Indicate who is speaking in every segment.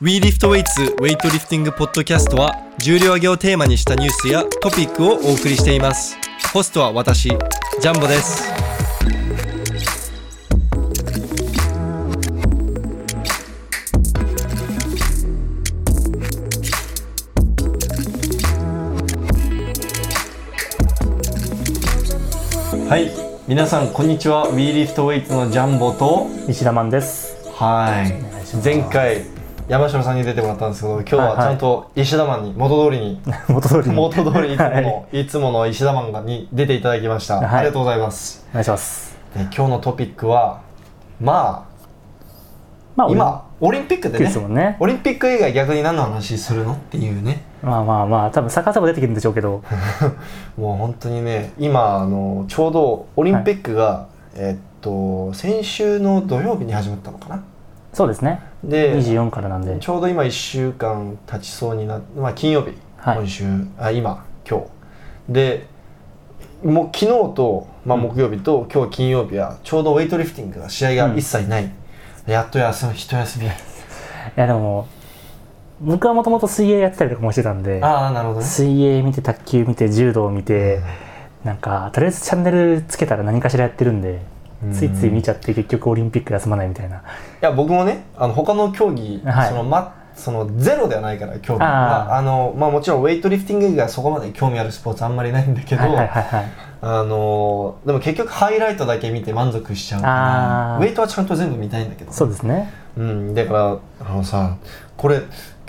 Speaker 1: We Lift Weights ウェイトリフティングポッドキャストは重量挙げをテーマにしたニュースやトピックをお送りしていますホストは私ジャンボですはい皆さんこんにちは We Lift Weights のジャンボと
Speaker 2: 西田マンです。
Speaker 1: はい前回山城さんに出てもらったんですけど今日はちゃんと石田マンに元通り に
Speaker 2: 元通りに。
Speaker 1: 元通りいつも
Speaker 2: はい、
Speaker 1: のいつもの石田マンがに出ていただきました、
Speaker 2: はい
Speaker 1: ありがとうございます
Speaker 2: お願いします。
Speaker 1: で今日のトピックはま
Speaker 2: ま
Speaker 1: あ今オリンピックで
Speaker 2: 俺も好
Speaker 1: ね
Speaker 2: きですもんね。
Speaker 1: オリンピック以外逆に何の話するのっていうね
Speaker 2: まあまあまあ、多分サッカーとか出てくるんでしょうけど。
Speaker 1: もう本当にね今あのちょうどオリンピックが、えっと先週の土曜日に始まったのかな
Speaker 2: そうですね。
Speaker 1: で
Speaker 2: 24からなんで
Speaker 1: ち。ょうど今1週間経ちそうになって、まあ、金曜日、
Speaker 2: はい
Speaker 1: 今週あ今今日でもう昨日と、まあ、
Speaker 2: うん
Speaker 1: 木曜日と、今日金曜日はちょうどウェイトリフティングが試合が一切ない、やっと休み一休み
Speaker 2: いやでも、僕はもともと水泳やってたりとかもしてたんで、
Speaker 1: ああなるほどね
Speaker 2: 水泳見て、卓球見て、柔道見て、なんか、とりあえずチャンネルつけたら何かしらやってるんで、ついつい見ちゃって結局オリンピック休まないみたいな。
Speaker 1: いや僕もねあの他の競技、
Speaker 2: はい
Speaker 1: そのまそのゼロではないから競技
Speaker 2: あー
Speaker 1: まああのまあ、もちろんウェイトリフティング以外はそこまで興味あるスポーツあんまりないんだけど、
Speaker 2: はいはいはいはい。
Speaker 1: あのーでも結局ハイライトだけ見て満足しちゃうから
Speaker 2: あ
Speaker 1: ウ
Speaker 2: ー
Speaker 1: ェイトはちゃんと全部見たいんだけど
Speaker 2: そうですね。
Speaker 1: うん、だからあのさこれ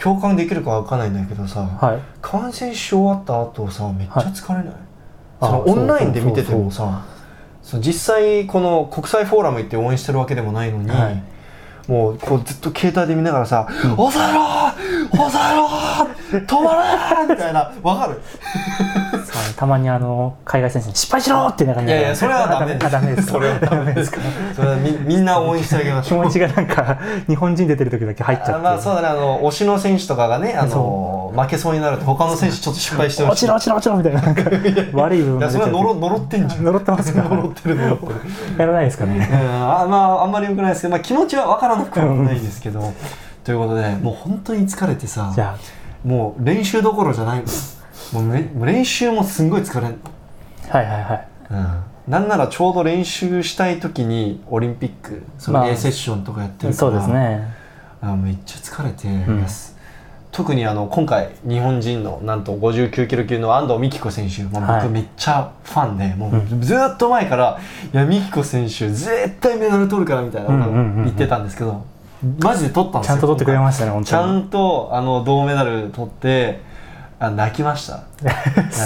Speaker 1: 共感できるかわかんないんだけどさ、
Speaker 2: はい。
Speaker 1: 感染し終わった後さめっちゃ疲れない、
Speaker 2: あ
Speaker 1: その
Speaker 2: そう
Speaker 1: オンラインで見ててもさその実際この国際フォーラム行って応援してるわけでもないのに、
Speaker 2: はい
Speaker 1: もうこうずっと携帯で見ながらさ「おさろおさろ止まらん!」みたいなわかる
Speaker 2: そうたまにあの、海外選手に失敗しろっていうような感
Speaker 1: い
Speaker 2: じで
Speaker 1: やいやそれはダメです
Speaker 2: あダメですか。
Speaker 1: それはダメですかそれは みみんな応援してあげまし
Speaker 2: 気
Speaker 1: ょう
Speaker 2: 持ちがなん か日本人出てる時だけ入っちゃって
Speaker 1: あまあそうだねあの推しの選手とかがねあの
Speaker 2: そ
Speaker 1: 負けそうになると他の選手ちょっと失敗してほ
Speaker 2: 落
Speaker 1: しい
Speaker 2: ち
Speaker 1: い
Speaker 2: ろ落ちろ落ちろみたいななんか悪い部分
Speaker 1: や
Speaker 2: が
Speaker 1: そ
Speaker 2: 出
Speaker 1: れ
Speaker 2: ちゃ
Speaker 1: は
Speaker 2: って
Speaker 1: 呪呪ってんじゃん
Speaker 2: 呪ってますか
Speaker 1: 呪ってる呪ってる
Speaker 2: やらないですか
Speaker 1: うん
Speaker 2: ね
Speaker 1: あまああんまりよくないですけど、まあ、気持ちは分からなくはないですけどということでもう本当に疲れてさ
Speaker 2: じゃ
Speaker 1: もう練習どころじゃないもうめもう練習もすんごい疲れる、
Speaker 2: あはいはいはい
Speaker 1: うん、なんならちょうど練習したい時にオリンピックその
Speaker 2: まあ
Speaker 1: A セッションとかやってるか
Speaker 2: そ
Speaker 1: ら、
Speaker 2: うですね
Speaker 1: あめっちゃ疲れて
Speaker 2: ん
Speaker 1: ます、特にあの今回日本人のなんと59キロ級の安藤美希子選手、もう
Speaker 2: はい
Speaker 1: 僕めっちゃファンでも
Speaker 2: う
Speaker 1: うずーっと前から「いや美希子選手絶対メダル取るから」みたいなこと
Speaker 2: うんうんうんうん
Speaker 1: 言ってたんですけど、マジで取ったんで
Speaker 2: ち
Speaker 1: すよ
Speaker 2: ゃんと取ってくれましたね本
Speaker 1: ちゃ
Speaker 2: 当に
Speaker 1: んとあの銅メダル取ってあ泣きました いや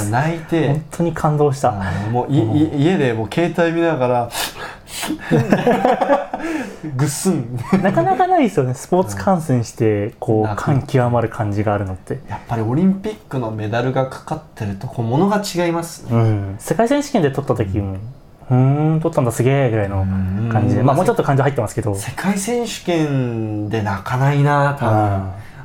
Speaker 1: 泣いて
Speaker 2: 本当に感動した
Speaker 1: あのもうい、い家でもう携帯見なが らぐっすん
Speaker 2: なかなかないですよねスポーツ観戦してこ
Speaker 1: な
Speaker 2: う
Speaker 1: かな
Speaker 2: 感極まる感じがあるのって
Speaker 1: やっぱりオリンピックのメダルがかかってるとこうものが違いますね。
Speaker 2: うん世界選手権で取った時もうーん取ったんだすげえぐらいの感じで
Speaker 1: うん
Speaker 2: まあもうちょっと感情入ってますけど
Speaker 1: 世界選手権で泣かないな多分、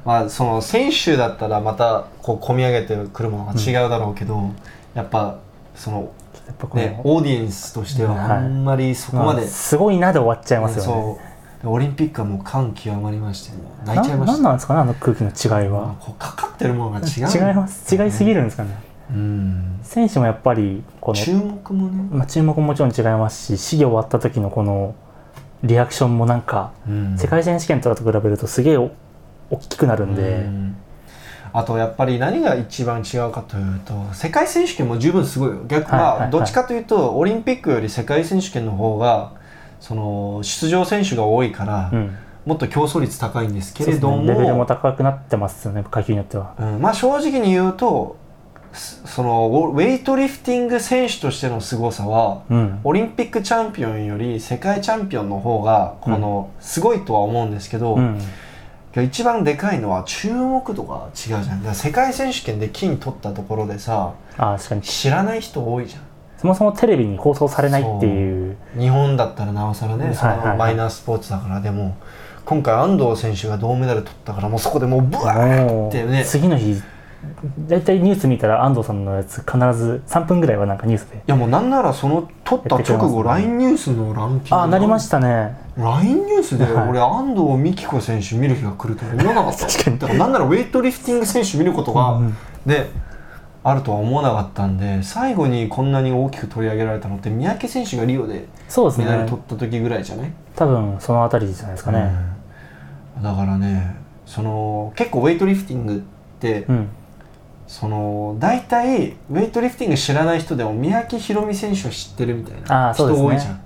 Speaker 1: まあその選手だったらまたこう込み上げてくるものが違うだろうけど、やっぱその
Speaker 2: やっぱこの
Speaker 1: ねオーディエンスとしては
Speaker 2: はい
Speaker 1: あんまりそこまで、
Speaker 2: まあすごいなで終わっちゃいますよね
Speaker 1: そうでオリンピックはもう感極まりましてもう泣い
Speaker 2: な
Speaker 1: ちゃいまし
Speaker 2: なん
Speaker 1: た。
Speaker 2: なんですかねあの空気の違いは
Speaker 1: こうかかってるものが違う、
Speaker 2: 違います違いすぎるんですかね
Speaker 1: うん
Speaker 2: 選手もやっぱりこ
Speaker 1: 注
Speaker 2: の、
Speaker 1: 目もね、
Speaker 2: まあ、注目ももちろん違いますし試技終わった時のこのリアクションもなんか
Speaker 1: うん
Speaker 2: 世界選手権とかと比べるとすげえお大きくなるんで、
Speaker 1: うんあとやっぱり何が一番違うかというと世界選手権も十分すごいよ逆
Speaker 2: はいはい
Speaker 1: ま
Speaker 2: は
Speaker 1: あ
Speaker 2: い
Speaker 1: どっちかというとオリンピックより世界選手権の方がその出場選手が多いから、
Speaker 2: うん
Speaker 1: もっと競争率高いんですけ
Speaker 2: そうで
Speaker 1: れ
Speaker 2: す
Speaker 1: ども
Speaker 2: ね、レベルも高くなってますよね階級によっては
Speaker 1: うんまあ正直に言うとすそのウェイトリフティング選手としての凄さは
Speaker 2: うん
Speaker 1: オリンピックチャンピオンより世界チャンピオンの方がこのすごいとは思うんですけど、
Speaker 2: うん
Speaker 1: いや一番でかいのは注目度が違うじゃんだから世界選手権で金取ったところでさ
Speaker 2: ああ確かに
Speaker 1: 知らない人多いじゃ
Speaker 2: そもそもテレビに放送されないっていう、
Speaker 1: ん日本だったらなおさら
Speaker 2: は
Speaker 1: ね
Speaker 2: い
Speaker 1: その
Speaker 2: はいはい
Speaker 1: マイナースポーツだからでも今回安藤選手が銅メダル取ったからもうそこでもうブワーって
Speaker 2: もう
Speaker 1: ね
Speaker 2: 次の日大体ニュース見たら安藤さんのやつ必ず3分ぐらいはなんかニュースで
Speaker 1: いやもうなんならその撮った直後、
Speaker 2: やってくれますね
Speaker 1: LINE ニュースのランキング
Speaker 2: あなりましたね
Speaker 1: LINE ニュースで
Speaker 2: はい
Speaker 1: 俺安藤美希子選手見る日が来るとは思わなかった
Speaker 2: 確かに
Speaker 1: だからなんならウェイトリフティング選手見ることが、
Speaker 2: うん
Speaker 1: であるとは思わなかったんで最後にこんなに大きく取り上げられたのって三宅選手がリオで
Speaker 2: そうです
Speaker 1: メダル
Speaker 2: ね
Speaker 1: 取った時ぐらいじゃない、
Speaker 2: 多分そのあたりじゃないですかね
Speaker 1: うんだからねその結構ウェイトリフティングって、
Speaker 2: うん、
Speaker 1: その大体ウェイトリフティング知らない人でも三宅宏実選手は知ってるみたい
Speaker 2: あ
Speaker 1: な
Speaker 2: ーそ
Speaker 1: 人
Speaker 2: うですね
Speaker 1: 多いじゃん、だか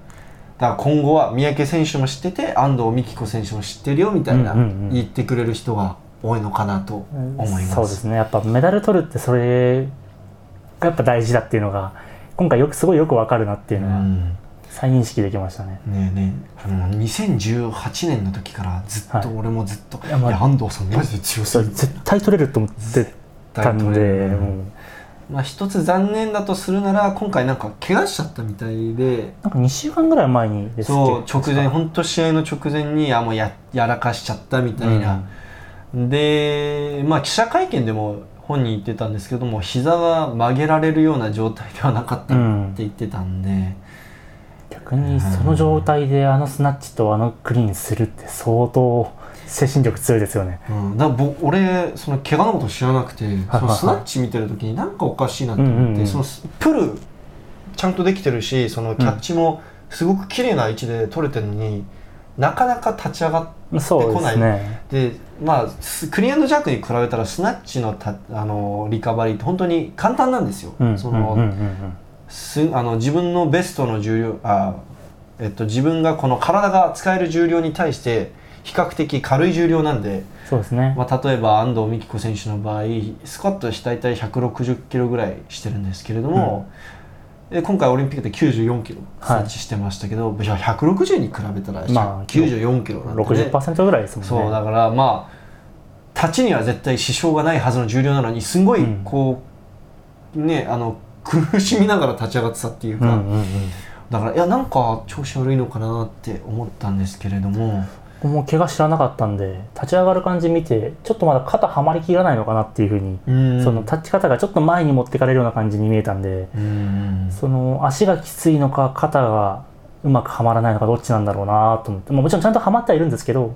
Speaker 1: ら今後は三宅選手も知ってて安藤美希子選手も知ってるよみたいな
Speaker 2: うんうんうん
Speaker 1: 言ってくれる人が多いのかなと思います、
Speaker 2: そうですねやっぱメダル取るってそれがやっぱ大事だっていうのが今回よくすごいよくわかるなっていう
Speaker 1: う
Speaker 2: のは
Speaker 1: ん
Speaker 2: 再認識できましたね、
Speaker 1: ねえねえあの2018年の時からずっと、
Speaker 2: はい
Speaker 1: 俺もずっとい
Speaker 2: やまあ
Speaker 1: や安藤さんマジで強す
Speaker 2: そう
Speaker 1: ぎる
Speaker 2: 絶対取れると思ってたんで、もう
Speaker 1: まあ一つ残念だとするなら今回なんか怪我しちゃったみたいで
Speaker 2: なんか2週間ぐらい前にですっけ
Speaker 1: そう直前
Speaker 2: 確か
Speaker 1: 本当試合の直前にあもうややらかしちゃったみたいな、でまあ記者会見でも本人言ってたんですけども膝が曲げられるような状態ではなかったって
Speaker 2: うん、
Speaker 1: 言ってたんで、
Speaker 2: 逆にその状態であのスナッチとあのクリーンするって相当精神力強いですよね
Speaker 1: うん、だから僕俺その怪我のこと知らなくて
Speaker 2: はい
Speaker 1: そのスナッチ見てる時になんかおかしいなって思って、
Speaker 2: うんうんうん
Speaker 1: そのスプルちゃんとできてるしそのキャッチもすごく綺麗な位置で取れてるのに、なかなか立ち上がっ
Speaker 2: そうですね
Speaker 1: でまあスクリーンアンドジャックに比べたらスナッチのたあのリカバリーって本当に簡単なんですよ。
Speaker 2: うん
Speaker 1: そ
Speaker 2: うんうんう
Speaker 1: の
Speaker 2: んうん
Speaker 1: すあの自分のベストの重量あ、えっと、自分がこの体が使える重量に対して比較的軽い重量なんで、
Speaker 2: そうですね、
Speaker 1: まあ、例えば安藤美希子選手の場合スクワット大体160キロぐらいしてるんですけれども、で今回オリンピックで94キロスナッチしてましたけど、いや160に比べたら
Speaker 2: まあ
Speaker 1: 94キロなんで、ね
Speaker 2: 60%ぐらいですもんね
Speaker 1: そうだからまあ立ちには絶対支障がないはずの重量なのにすごい
Speaker 2: うん
Speaker 1: こう、ねあの苦しみながら立ち上がってたっていう
Speaker 2: う
Speaker 1: か、
Speaker 2: んうんうん
Speaker 1: だからいやなんか調子悪いのかなって思ったんですけれども
Speaker 2: 僕も怪我知らなかったんで立ち上がる感じ見てちょっとまだ肩はまりきらないのかなっていうふうに、
Speaker 1: うん
Speaker 2: その立ち方がちょっと前に持ってかれるような感じに見えたんで
Speaker 1: うん
Speaker 2: その足がきついのか肩がうまくはまらないのかどっちなんだろうなと思って、まあ、もちろんちゃんとはまってはいるんですけど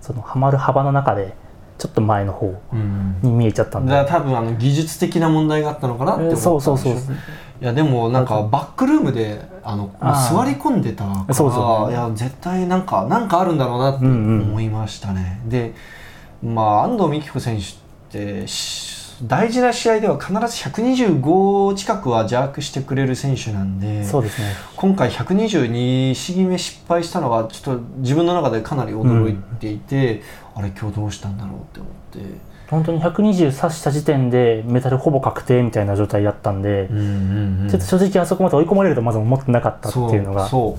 Speaker 2: そのはまる幅の中でちょっと前の方
Speaker 1: うん
Speaker 2: に見えちゃったんで、
Speaker 1: だから多分あの技術的な問題があったのかなって
Speaker 2: え
Speaker 1: 思ったん
Speaker 2: ー
Speaker 1: でしょ、
Speaker 2: そうそうそう
Speaker 1: いやでもなんかバックルームであの
Speaker 2: あー
Speaker 1: 座り込んでたから
Speaker 2: そうそう
Speaker 1: いや絶対なんかなんかあるんだろうなって
Speaker 2: うんうん
Speaker 1: 思いましたね、でまあ安藤美希子選手ってし大事な試合では必ず125近くは邪悪してくれる選手なんで
Speaker 2: そうですね
Speaker 1: 今回122試技目失敗したのはちょっと自分の中でかなり驚いていて、あれ今日どうしたんだろうって思って。
Speaker 2: 本当に120刺した時点でメダルほぼ確定みたいな状態だったんで、
Speaker 1: うんうんうん
Speaker 2: ちょっと正直あそこまで追い込まれるとまず思ってなかったっていうのが
Speaker 1: そう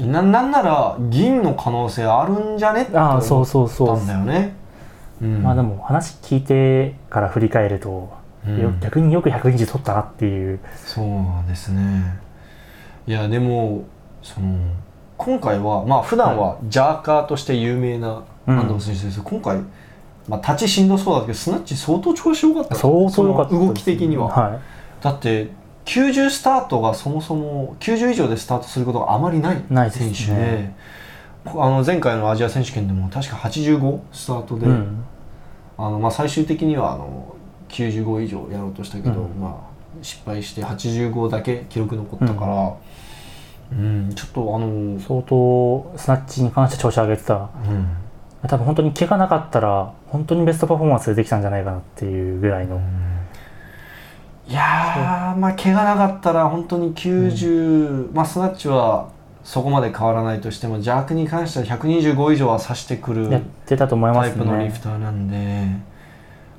Speaker 1: そうななんなら銀の可能性あるんじゃねって
Speaker 2: あ
Speaker 1: 思
Speaker 2: あそう
Speaker 1: っ
Speaker 2: そうそ
Speaker 1: た
Speaker 2: うん
Speaker 1: だよねうん
Speaker 2: まあでも話聞いてから振り返ると、
Speaker 1: うん
Speaker 2: よ逆によく120取ったなっていう
Speaker 1: そうなんですねいやでもその今回はまあ普段はジャーカーとして有名な
Speaker 2: うん
Speaker 1: 安藤選手ですけど、今回、まあ、立ちしんどそうだけどスナッチ相当調子良かった
Speaker 2: 相当良かったです
Speaker 1: その動き的には、
Speaker 2: は
Speaker 1: だって90スタートがそもそも90以上でスタートすることがあまりない
Speaker 2: ないです
Speaker 1: 選
Speaker 2: ね
Speaker 1: 手でこあの前回のアジア選手権でも確か85スタート
Speaker 2: い、
Speaker 1: で、
Speaker 2: うん、
Speaker 1: あのまあ、最終的にはあの95以上やろうとしたけど、
Speaker 2: うん
Speaker 1: まあ、失敗して85だけ記録残ったから、うんちょっとあの、うん
Speaker 2: 相当スナッチに関して調子上げてた多分本当に怪我なかったら本当にベストパフォーマンスできたんじゃないかなっていうぐらいの、
Speaker 1: いやー、まあ、怪我なかったら本当に90、まあ、スナッチはそこまで変わらないとしても邪悪に関しては125以上は差してくる
Speaker 2: やってたと思いま
Speaker 1: タイ
Speaker 2: す
Speaker 1: プのリ
Speaker 2: ね
Speaker 1: フターなんで、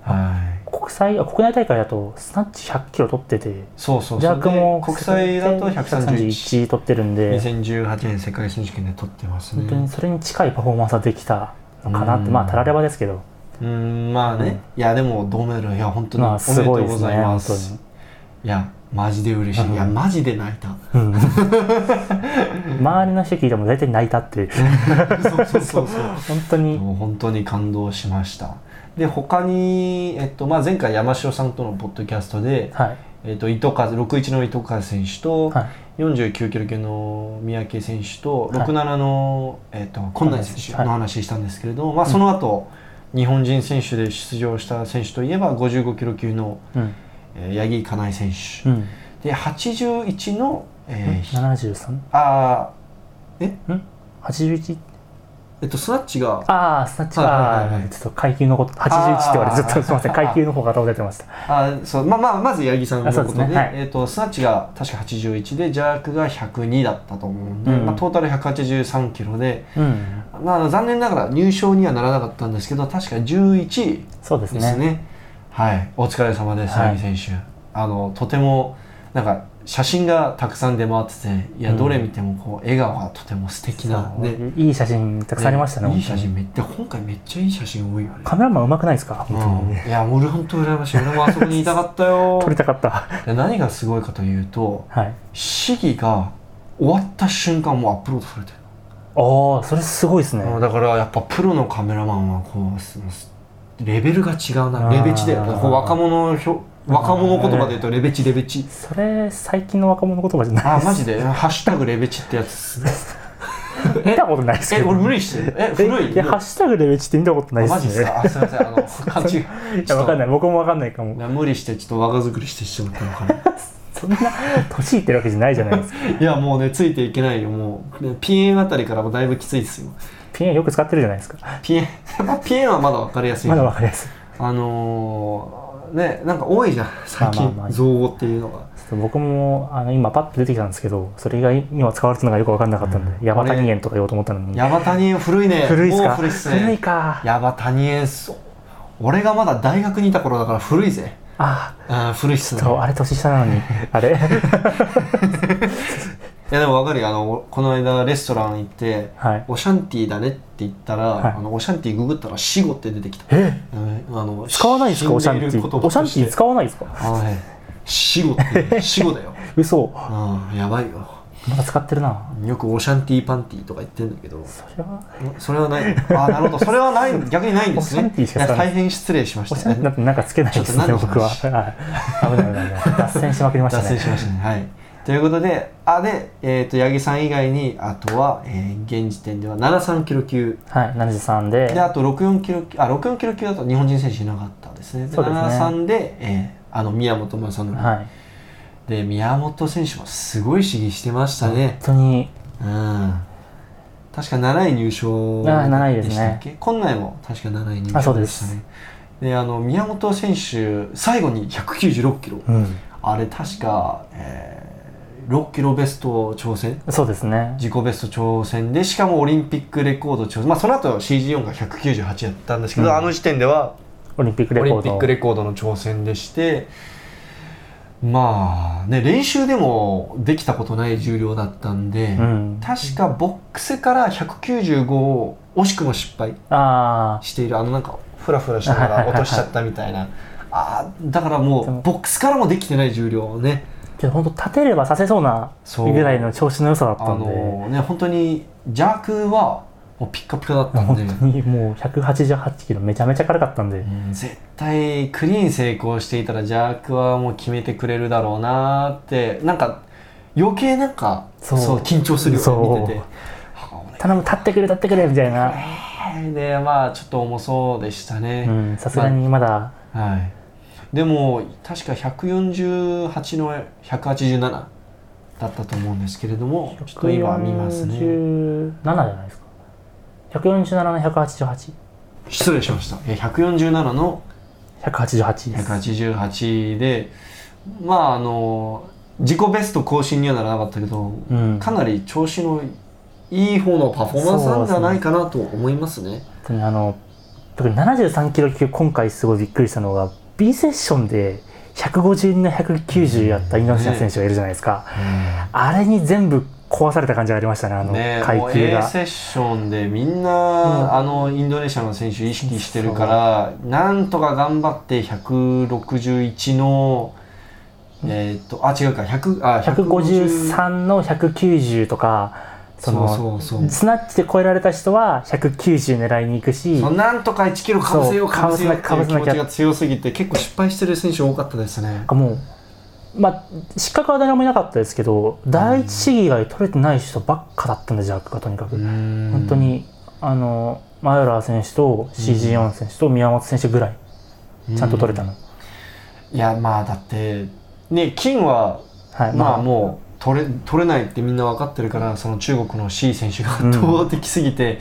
Speaker 1: はい、
Speaker 2: 国際あ国内大会だとスナッチ100キロ取ってて
Speaker 1: そうそう
Speaker 2: ジャークも
Speaker 1: それで国際だと131
Speaker 2: 131取ってるんで
Speaker 1: 2018年世界選手権で取ってますね
Speaker 2: 本当にそれに近いパフォーマンスができたのかなって、
Speaker 1: うん
Speaker 2: まあたらればですけど
Speaker 1: うーんまあね、いやでも銅メダルいや本当に
Speaker 2: ま
Speaker 1: お
Speaker 2: あ
Speaker 1: めですと
Speaker 2: ごいうで
Speaker 1: ご
Speaker 2: すね
Speaker 1: ざいま
Speaker 2: 本
Speaker 1: す,、
Speaker 2: 当に
Speaker 1: いやマジで嬉しい、いや
Speaker 2: うん
Speaker 1: マジで泣い た
Speaker 2: うん 周りの人聞いても大体泣いたっていう
Speaker 1: そうそうそうそう
Speaker 2: 本当に
Speaker 1: もう本当に感動しましたで他に、えっとまあ、前回山城さんとのポッドキャストで、
Speaker 2: はい
Speaker 1: えっと、糸数61の糸数選手と、
Speaker 2: はい
Speaker 1: 49キロ級の三宅選手と
Speaker 2: はい
Speaker 1: 67の、えっと今内選手の話したんですけれども、まあ、その後、日本人選手で出場した選手といえば55キロ級の、
Speaker 2: うん
Speaker 1: えー八木かなえ選手、
Speaker 2: うん
Speaker 1: で81の、えーひ
Speaker 2: 73
Speaker 1: あーえ
Speaker 2: ん81
Speaker 1: えっとスナッチが
Speaker 2: ああスナッチ
Speaker 1: はい
Speaker 2: あ
Speaker 1: はいはいはい
Speaker 2: ーちょっと階級のこと81って言われて
Speaker 1: あー
Speaker 2: ずっとすみません階級の方が倒れてました
Speaker 1: あそうまあまあまず八木さんの
Speaker 2: あ
Speaker 1: こ
Speaker 2: そ
Speaker 1: と
Speaker 2: う
Speaker 1: で
Speaker 2: ですねはい
Speaker 1: えー、とスナッチが確か81でジャークが102だったと思うんで、
Speaker 2: うん
Speaker 1: まあ、トータル183キロで、
Speaker 2: うん
Speaker 1: まああの、残念ながら入賞にはならなかったんですけど確か11位
Speaker 2: そうです
Speaker 1: で
Speaker 2: ね
Speaker 1: すねはいお疲れ様です
Speaker 2: はい
Speaker 1: 八木選手、あのとてもなんか写真がたくさん出回ってていや
Speaker 2: うん
Speaker 1: どれ見てもこう笑顔がとても素敵な、
Speaker 2: そう
Speaker 1: ね
Speaker 2: いい写真たくさんありましたね
Speaker 1: いい
Speaker 2: 本当
Speaker 1: 写
Speaker 2: に
Speaker 1: 真めっちゃ今回めっちゃいい写真多いよね
Speaker 2: カメラマンうまくないですか本当に
Speaker 1: うんいや俺本当羨ましい俺もあそこにいたかったよ
Speaker 2: 撮りたかった
Speaker 1: で何がすごいかというと
Speaker 2: はい
Speaker 1: 市議が終わった瞬間もうアップロードされて
Speaker 2: ああそれすごいですね
Speaker 1: る、だからやっぱプロのカメラマンはこうすすレベルが違うな
Speaker 2: あー
Speaker 1: レベチだよねこう若者ひょ若者言葉で言うとレベチレベチ
Speaker 2: それ最近の若者言葉じゃない
Speaker 1: あ
Speaker 2: で
Speaker 1: ー
Speaker 2: す
Speaker 1: マジで「ハッシュタグレベチ」ってやつっす ね
Speaker 2: 見たことないですけ
Speaker 1: え
Speaker 2: ど
Speaker 1: 俺無理してるえ古い
Speaker 2: いやハッシュタグレベチって見たことない
Speaker 1: あ
Speaker 2: ですね
Speaker 1: マジっすかあすいませんあの勘違い
Speaker 2: いやわかんない僕もわかんないかも
Speaker 1: な無理してちょっと若作りしてしまったのかな
Speaker 2: そんな年いってるわけじゃないじゃないで すか
Speaker 1: いやもうねついていけないよもうねピエンあたりからもうだいぶきついですよ
Speaker 2: ピンよく使ってるじゃないですか
Speaker 1: ピエン ピエンはまだ分かりやすい
Speaker 2: まだわかりやすい
Speaker 1: あのーねなんか多いじゃん最近、
Speaker 2: まあまあまあ
Speaker 1: 造語っていうのが
Speaker 2: ちょっと僕もあの今パッと出てきたんですけどそれが今使われてるのがよくわかんなかったん
Speaker 1: うん
Speaker 2: でヤバタニエンとか言おうと思ったのに
Speaker 1: ヤバタニエン古いね
Speaker 2: 古いっす
Speaker 1: もう
Speaker 2: か
Speaker 1: 古いっすね
Speaker 2: いか
Speaker 1: ヤバタニエンそう俺がまだ大学にいた頃だから古いぜ
Speaker 2: あ
Speaker 1: あー古いっすね
Speaker 2: そうあれ年下なのに あれ
Speaker 1: いやでも分かるよあのこの間レストラン行って
Speaker 2: はい
Speaker 1: オシャンティーだねって言ったら、
Speaker 2: はい
Speaker 1: あのオシャンティーググったら死後って出てきた
Speaker 2: え
Speaker 1: うんあの
Speaker 2: 使わないですかオシャンティーオシャンティー
Speaker 1: う
Speaker 2: 使わないですか
Speaker 1: あのね死後って死後だ よ
Speaker 2: 嘘
Speaker 1: うんやばいよ
Speaker 2: まだ使ってるな
Speaker 1: よくオシャンティーパンティーとか言ってんだけど
Speaker 2: それは
Speaker 1: それは ない。あーなるほど。それはない。 逆にないんです
Speaker 2: オシャ
Speaker 1: ね
Speaker 2: ン。ティーしか使わない
Speaker 1: 大変失礼しまし
Speaker 2: おし
Speaker 1: た
Speaker 2: ゃれな
Speaker 1: ね。
Speaker 2: んてなんかつけないですね
Speaker 1: ちょっと何の
Speaker 2: 僕ははい
Speaker 1: 話
Speaker 2: 危ない危ない危ない脱線しまくりました
Speaker 1: 脱線
Speaker 2: ね
Speaker 1: しましたね。はい。ということで、あで、えっ、と八木さん以外にあとは、えー現時点では73キロ級
Speaker 2: はい73で
Speaker 1: であと64キロ級あ64キロ級だと日本人選手いなかったですね。で
Speaker 2: そうですね
Speaker 1: 73で、えーあの宮本正則、
Speaker 2: はい
Speaker 1: で宮本選手もすごい試技してましたね
Speaker 2: 本。当に
Speaker 1: うん。確か7位入賞
Speaker 2: あー7位ですね
Speaker 1: でしたっけ今内も確か7位入
Speaker 2: あそ
Speaker 1: 賞
Speaker 2: う
Speaker 1: で
Speaker 2: で
Speaker 1: した
Speaker 2: す
Speaker 1: ねであの宮本選手最後に196キロ
Speaker 2: うん
Speaker 1: あれ確か、えー6キロベスト挑戦
Speaker 2: そうですね
Speaker 1: 自己ベスト挑戦でしかもオリンピックレコード挑戦、まあ、その後 CG4 が198やったんですけど、
Speaker 2: うん
Speaker 1: あの時点では
Speaker 2: オリンピック
Speaker 1: オ
Speaker 2: レ
Speaker 1: リ
Speaker 2: コ
Speaker 1: ン
Speaker 2: ー
Speaker 1: ピッ
Speaker 2: ド
Speaker 1: クレコードの挑戦でしてまあね練習でもできたことない重量だったんで、
Speaker 2: うん
Speaker 1: 確かボックスから195を惜しくも失敗
Speaker 2: あ
Speaker 1: しているあのなんかフラフラしながら落としちゃったみたいなあーだからも
Speaker 2: で
Speaker 1: う
Speaker 2: も
Speaker 1: ボックスからもできてない重量をね
Speaker 2: あけど本当立てればさせそうな
Speaker 1: そう
Speaker 2: ぐらいの調子の良さだった
Speaker 1: あ
Speaker 2: んで
Speaker 1: のね本当に邪悪はもうピッカピカだったんで、
Speaker 2: 本当にもう188キロめちゃめちゃ軽かったんで
Speaker 1: うん絶対クリーン成功していたら邪悪はもう決めてくれるだろうなーってなんか余計なんかそ
Speaker 2: そうう
Speaker 1: 緊張するよね見てて
Speaker 2: そう。頼む立ってくれ立ってくれみたいな
Speaker 1: はいでまあちょっと重そうでしたね。
Speaker 2: うんさすがにまだ
Speaker 1: はい、でも確か148の187だったと思うんですけれどもちょっと今見ますね
Speaker 2: 147じゃないですか147の188188
Speaker 1: 失礼しましたえ147の
Speaker 2: です
Speaker 1: 188でまああの自己ベスト更新にはならなかったけど、
Speaker 2: うん
Speaker 1: かなり調子のいい方のパフォーマンスなんじゃないかなと思いますね。
Speaker 2: 本当にあの特に73キロ級今回すごいびっくりしたのが B セッションで152の190やったインドネシア選手がいるじゃないですか、あれに全部壊された感じがありましたねあの
Speaker 1: ねもう
Speaker 2: 階級
Speaker 1: A
Speaker 2: が、
Speaker 1: セッションでみんな、
Speaker 2: ん
Speaker 1: あのインドネシアの選手意識してるからなんとか頑張って161のえーっとあ違うか100あ
Speaker 2: 153の190とかその
Speaker 1: そうそうそう
Speaker 2: スナッチで超えられた人は190狙いに行くし
Speaker 1: そうなんとか1キロかぶせよう
Speaker 2: そう
Speaker 1: かぶせようって
Speaker 2: か
Speaker 1: い
Speaker 2: ぶ
Speaker 1: う
Speaker 2: せ
Speaker 1: 気
Speaker 2: な
Speaker 1: 持
Speaker 2: きゃ
Speaker 1: ちが強すぎて結構失敗してる選手多かったですね
Speaker 2: なんかもう、まあ、失格は誰もいなかったですけど、第一試技以外取れてない人ばっかだったんで、ジャックがとにかく。
Speaker 1: 本
Speaker 2: 本当に、あの、マヨラー選手と CG4 選手と宮本選手ぐらい、ちゃんと取れたの。
Speaker 1: いやまあだってね金は
Speaker 2: はい。
Speaker 1: まあ
Speaker 2: ま
Speaker 1: もう取れ取れないってみんな分かってるからその中国の C 選手が圧倒的すぎて、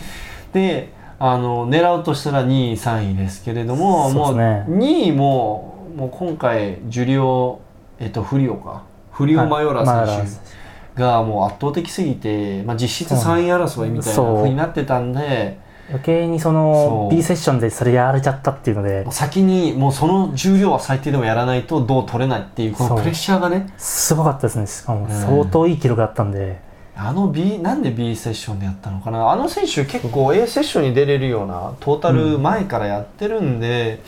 Speaker 1: であの狙うとしたら2位3位ですけれども
Speaker 2: そうで
Speaker 1: も
Speaker 2: すね
Speaker 1: う2位ももう今回ジュリオ、えっと、フリオかフリオ・マヨラ
Speaker 2: はいマヨ
Speaker 1: 選
Speaker 2: ラ
Speaker 1: 手がもう圧倒的すぎて、まあ、実質3位争いみたいな
Speaker 2: そう
Speaker 1: ふうになってたんで。
Speaker 2: あ、余計にそ
Speaker 1: そ
Speaker 2: の
Speaker 1: う
Speaker 2: B セッションでそれやられちゃったっていうので、
Speaker 1: 先にもうその重量は最低でもやらないとどう取れないっていうこ
Speaker 2: そ
Speaker 1: の
Speaker 2: う
Speaker 1: プレッシャーがね
Speaker 2: すごかったですね。しかも
Speaker 1: ん
Speaker 2: 相当いい記録だったんで、
Speaker 1: あの B なんで B セッションでやったのかなあの選手結構 A セッションに出れるようなトータル前からやってるんで、